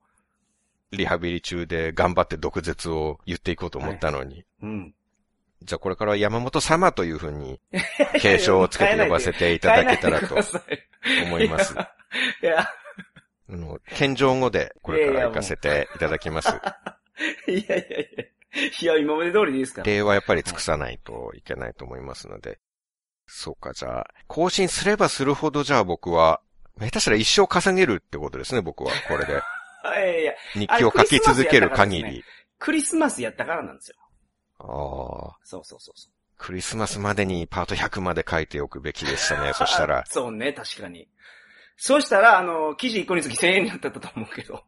Speaker 2: リハビリ中で頑張って毒舌を言っていこうと思ったのに。
Speaker 1: うん。
Speaker 2: じゃあこれからは山本様というふう に、継承をつけて呼ばせていただけたらと
Speaker 1: 変えないでください
Speaker 2: 思います。あ
Speaker 1: いや、
Speaker 2: の、謙譲語でこれから行かせていただきます。
Speaker 1: いやいやいや。いや、今まで通りでいいですから。
Speaker 2: 礼はやっぱり尽くさないといけないと思いますので。そうか、じゃあ、更新すればするほどじゃあ僕は、下手したら一生稼げるってことですね、僕は。こ れで。
Speaker 1: いやいや、
Speaker 2: 日記を書き続ける限
Speaker 1: あれクリスマスやったからですク
Speaker 2: り。
Speaker 1: リスマスやったからなんですよ。
Speaker 2: ああ、
Speaker 1: そうそうそうそう。。
Speaker 2: クリスマスまでにパート100まで書いておくべきでしたね、そ したら
Speaker 1: そうね、確かに。そうしたら、あの、記事1個につき1000円になったと思うけど。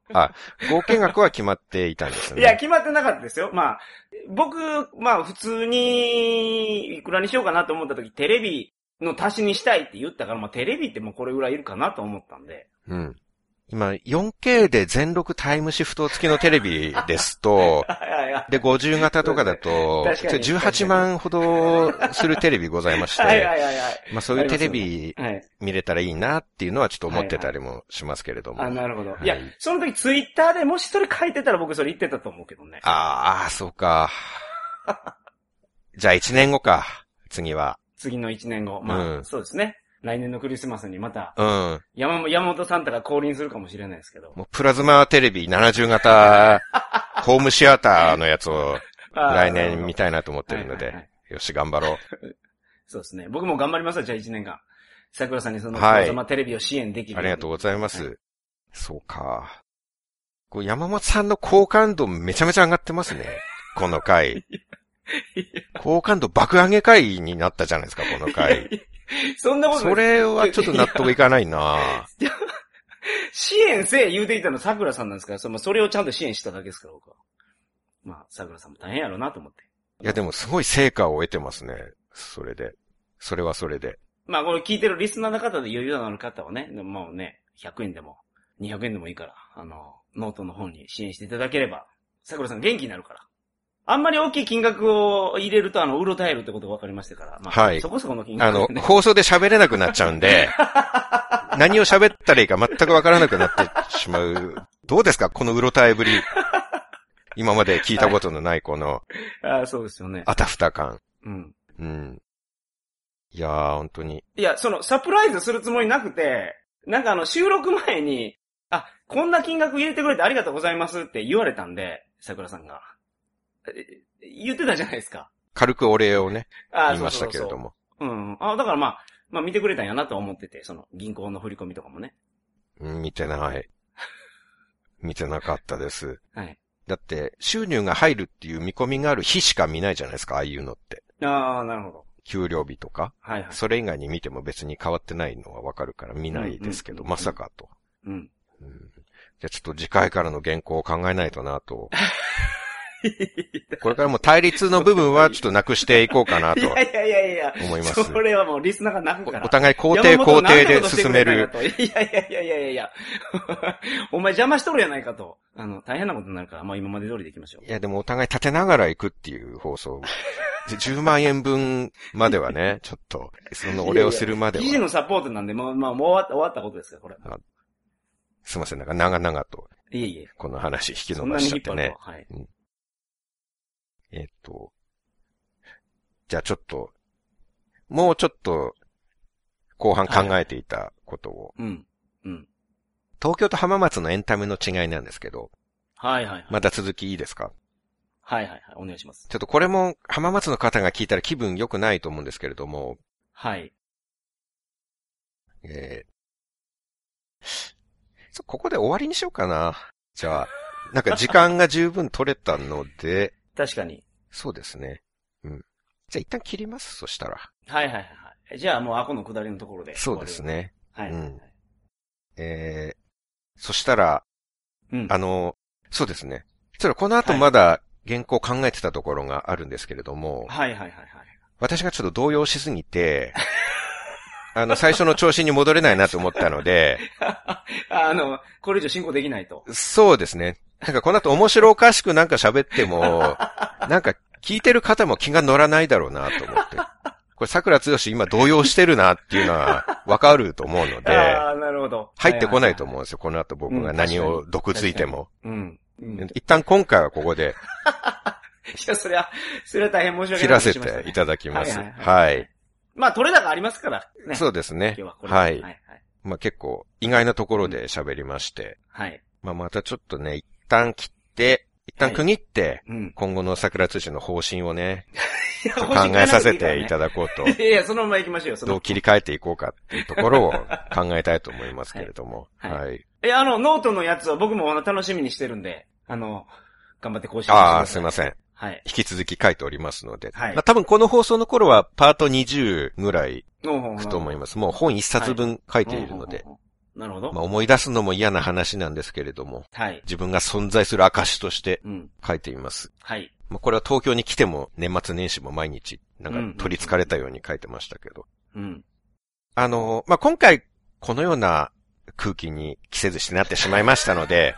Speaker 2: 合計額は決まっていたんです
Speaker 1: いや、
Speaker 2: ね。
Speaker 1: 決まってなかったですよ。まあ、僕、まあ、普通に、いくらにしようかなと思った時、テレビの足しにしたいって言ったから、まあ、テレビってもうこれぐらいいるかなと思ったんで。
Speaker 2: うん。今、4K で全録タイムシフト付きのテレビですと、
Speaker 1: いやいや。
Speaker 2: で、50型とかだと、
Speaker 1: 確かに
Speaker 2: 18万ほどするテレビございまし
Speaker 1: はい
Speaker 2: て、
Speaker 1: はいはいはい。
Speaker 2: まあそういうテレビ
Speaker 1: はい。
Speaker 2: 見れたらいいなっていうのはちょっと思ってたりもしますけれども。
Speaker 1: あ、なるほど。
Speaker 2: はい
Speaker 1: いや、その時ツイッターでもしそれ書いてたら僕それ言ってたと思うけどね。
Speaker 2: ああ、そうか。 じゃあ1年後か、次は。
Speaker 1: 次の1年後。まあ、
Speaker 2: うん
Speaker 1: そうですね。来年のクリスマスにまた、
Speaker 2: うん。
Speaker 1: 山本、山本さんたら降臨するかもしれないですけど。
Speaker 2: もうプラズマテレビ70型、 ホームシアターのやつを
Speaker 1: あー
Speaker 2: 来年見たいなと思ってるの
Speaker 1: はいはいは
Speaker 2: で、
Speaker 1: い
Speaker 2: よし、頑張ろう。
Speaker 1: そうですね。僕も頑張りますよ、じゃあ1年間。桜さんにその、
Speaker 2: はい
Speaker 1: まテレビを支援できる。
Speaker 2: ありがとうご
Speaker 1: ざい
Speaker 2: ざいま
Speaker 1: は
Speaker 2: す。そうか。こう山本さんの好感度めちゃめちゃ上がってますね。こ の回。好感度爆上げ回になったじゃないですか、この回。
Speaker 1: ます。 そんなことない
Speaker 2: それはちょっと納得いかない な
Speaker 1: 支援せえ言うていたの桜さんなんですから、そのそれをちゃんと支援しただけですから、僕は。まあ、桜さんも大変やろうなと思って。
Speaker 2: いや、でもすごい成果を得てますね。それで。それはそれで。
Speaker 1: まあ、これ聞いてるリスナーの方で余裕のある方はね、でももうね、100円でも、200円でもいいから、あの、ノートの方に支援していただければ、桜さん元気になるから。あんまり大きい金額を入れると、あの、うろたえるってことが分かりましたから、まあ、
Speaker 2: はい
Speaker 1: そこそこの金
Speaker 2: あ
Speaker 1: 額、ね
Speaker 2: の。、放送で喋れなくなっちゃうん で、何を喋ったらいいか全くわからなくなってしまう。どうですかこのうろたえぶり。今まで聞いたことのないこの、
Speaker 1: ああ、そうですよね。
Speaker 2: あたふた感。
Speaker 1: うん。
Speaker 2: うん。いやー、本当に。
Speaker 1: いや、その、サプライズするつもりなくて、なんかあの、収録前に、あ、こんな金額入れてくれてありがとうございますって言われたんで、桜さんが。え言ってたじゃないですか。
Speaker 2: 軽くお礼をね、
Speaker 1: あ
Speaker 2: 言いましたけれど。も。
Speaker 1: そうそうそううん。あ、だからまあ、まあ見てくれたんやなとは思ってて、その、銀行の振り込みとかもね。
Speaker 2: うん見てない。見てなかったです。
Speaker 1: はい。
Speaker 2: だって、収入が入るっていう見込みがある日しか見ないじゃないですか、ああいうのって。
Speaker 1: ああ、なるほど。
Speaker 2: 給料日とか。
Speaker 1: はいはい。
Speaker 2: それ以外に見ても別に変わってないのはわかるから見ないですけ
Speaker 1: うん
Speaker 2: ど、
Speaker 1: うんうんうん
Speaker 2: まさかと。
Speaker 1: うん。
Speaker 2: うんじゃあちょっと次回からの原稿を考えないとなと。これからも対立の部分 はちょっとなくしていこうかないと
Speaker 1: や いやいやいや。
Speaker 2: 思います。
Speaker 1: それはもうリスナーが泣く
Speaker 2: お
Speaker 1: から。
Speaker 2: お互い肯定肯定で進める。
Speaker 1: いやいやいやいやいやい や。お前邪魔しとるやないかと。あの、大変なことになるから、まあ今まで通りでいきましょう。
Speaker 2: いやでもお互い立てながら行くっていう放送。じ10万円分まではね、ちょっと、そのお礼をするまで
Speaker 1: 記事
Speaker 2: は。
Speaker 1: のサポートなんで、まあまあもう終わった終わったことですから、これ。
Speaker 2: すいません、なんか長々と
Speaker 1: いえいえ。
Speaker 2: この話引き
Speaker 1: そ
Speaker 2: 伸
Speaker 1: んな
Speaker 2: ば
Speaker 1: に
Speaker 2: しちゃ
Speaker 1: 引
Speaker 2: っ
Speaker 1: って張
Speaker 2: ね
Speaker 1: る。と。はい。
Speaker 2: えっと、じゃあちょっと、もうちょっと、後半考えていたことを、
Speaker 1: うん。
Speaker 2: 東京と浜松のエンタメの違いなんですけど、
Speaker 1: はいはいはい。
Speaker 2: また続きいいですか
Speaker 1: はいはいはい。お願いします。
Speaker 2: ちょっとこれも浜松の方が聞いたら気分良くないと思うんですけれども、
Speaker 1: はい。
Speaker 2: えーそここで終わりにしようかな。じゃあ、なんか時間が十分取れたので、
Speaker 1: 確かに。
Speaker 2: そうですね。うん。じゃあ一旦切ります、そしたら。
Speaker 1: はいはいはいはい。じゃあもうアコの下りのところで。
Speaker 2: そうです。ね。
Speaker 1: はい。
Speaker 2: うんえーそしたら、
Speaker 1: うん。
Speaker 2: あの、そうですね。そしたらこの後まだ原稿を考えてたところがあるんですけれども、
Speaker 1: はいはいはいはい。
Speaker 2: 私がちょっと動揺しすぎ て、あの、最初の調子に戻れないなと思ったので、
Speaker 1: あの、これ以上進行できないと。
Speaker 2: そうですね。なんかこの後面白おかしくなんか喋って も、なんか聞いてる方も気が乗らないだろうなと思って。これ桜剛今動揺してるなっていうのはわかると思うの で、
Speaker 1: ああ、なるほど。
Speaker 2: 入ってこないと思うん
Speaker 1: う。
Speaker 2: ですよ。この後僕が何を毒づいても。
Speaker 1: うん。うん、い
Speaker 2: 一旦今回はこ こで
Speaker 1: や、そりゃ、それは大変申し訳ない
Speaker 2: 切ら
Speaker 1: こと
Speaker 2: せ
Speaker 1: しました
Speaker 2: て
Speaker 1: ね
Speaker 2: いただきます。
Speaker 1: はいは
Speaker 2: はい。
Speaker 1: まあ、取れ高ありますから、ね。
Speaker 2: そうですね
Speaker 1: 今日は。これ。
Speaker 2: はい
Speaker 1: は。い。
Speaker 2: まあ結構意外なところで喋りまして。
Speaker 1: はい。
Speaker 2: まあまたちょっとね、一旦切って、一旦区切って、
Speaker 1: うん。
Speaker 2: 今後の桜通信の方針をね、
Speaker 1: いや
Speaker 2: ちょっと考えさせていた
Speaker 1: だ
Speaker 2: だこうと。
Speaker 1: いやいや、そのまま行きましょ うよ、そ
Speaker 2: どう
Speaker 1: の。
Speaker 2: 切り替えていこうかっていうところを考えたいと思いますけれども。
Speaker 1: はいは
Speaker 2: はい。
Speaker 1: いや、あの、ノートのやつは僕もあの楽しみにしてるんで、あの、頑張って更新してくださ
Speaker 2: ああ、すいません。
Speaker 1: はい。
Speaker 2: 引き続き書いておりますので。
Speaker 1: はい
Speaker 2: まあ多分この放送の頃はパート20ぐらい
Speaker 1: お
Speaker 2: いくと思い
Speaker 1: ま
Speaker 2: ます。もう本一冊分書いているので。。
Speaker 1: おうおうなるほど
Speaker 2: ま。あ思い出すのも嫌な話なんですけれども、
Speaker 1: はい。
Speaker 2: 自分が存在する証として
Speaker 1: うん。
Speaker 2: 書いています。
Speaker 1: はい。
Speaker 2: まあこれは東京に来ても年末年始も毎日、なん
Speaker 1: うん
Speaker 2: か取り憑かれたように書いてましたけど。
Speaker 1: うん。
Speaker 2: あの、まあ今回このような空気に着せずしてなってしまいましたので、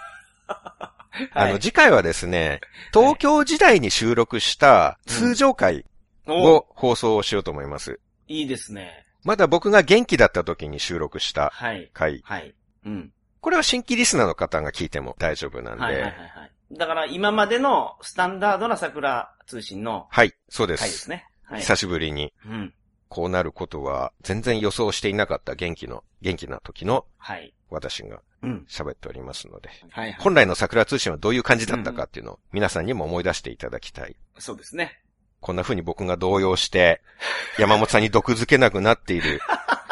Speaker 2: あ
Speaker 1: は
Speaker 2: の、
Speaker 1: い
Speaker 2: 次回はですね、東京時代に収録した通常回
Speaker 1: お
Speaker 2: を放送しようと思います。
Speaker 1: いいですね。
Speaker 2: まだ僕が元気だった時に収録した
Speaker 1: はい。
Speaker 2: 回。
Speaker 1: はい。うん。
Speaker 2: これは新規リスナーの方が聞いても大丈夫なんで。
Speaker 1: は
Speaker 2: はい
Speaker 1: はい
Speaker 2: い、
Speaker 1: はいはい。だから今までのスタンダードな桜通信の
Speaker 2: そうで。
Speaker 1: 回ですすね。はい。
Speaker 2: 久しぶりに
Speaker 1: うん。
Speaker 2: こうなることは全然予想していなかった元気の、元気な時の
Speaker 1: はい。
Speaker 2: 私が
Speaker 1: うん。
Speaker 2: 喋っておりますので。
Speaker 1: はいはい。
Speaker 2: 本来の桜通信はどういう感じだったかっていうのを皆さんにも思い出していただきたい。
Speaker 1: そうですね。
Speaker 2: こんな風に僕が動揺して、 山本さんに毒づけなくなって いる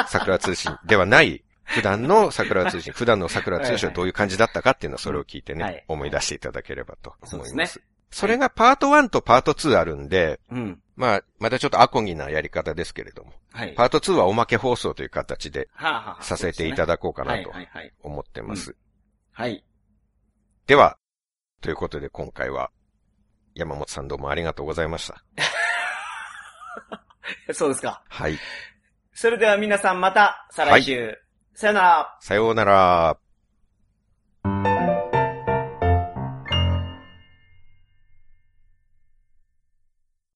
Speaker 2: 桜通信ではない、普段の桜通信、普段の桜通信はどういう感じだったかっていうのはそれを聞いてね、
Speaker 1: はい
Speaker 2: 思い出していただければと
Speaker 1: そう
Speaker 2: 思
Speaker 1: で
Speaker 2: い
Speaker 1: す
Speaker 2: ま
Speaker 1: ね
Speaker 2: す。。それがパート1とパート2あるんで、
Speaker 1: うん。
Speaker 2: まあ、またちょっとアコギなやり方ですけれども、
Speaker 1: はい。
Speaker 2: パート2はおまけ放送という形で
Speaker 1: はあはあはあ
Speaker 2: させていただこうか
Speaker 1: は
Speaker 2: ないと
Speaker 1: はいはい。
Speaker 2: 思ってます。
Speaker 1: はい。
Speaker 2: では、ということで今回は、山本さんどうもありがとうございました。
Speaker 1: そうですか。
Speaker 2: はい。
Speaker 1: それでは皆さんまた、再来週。さよなら。
Speaker 2: さようなら。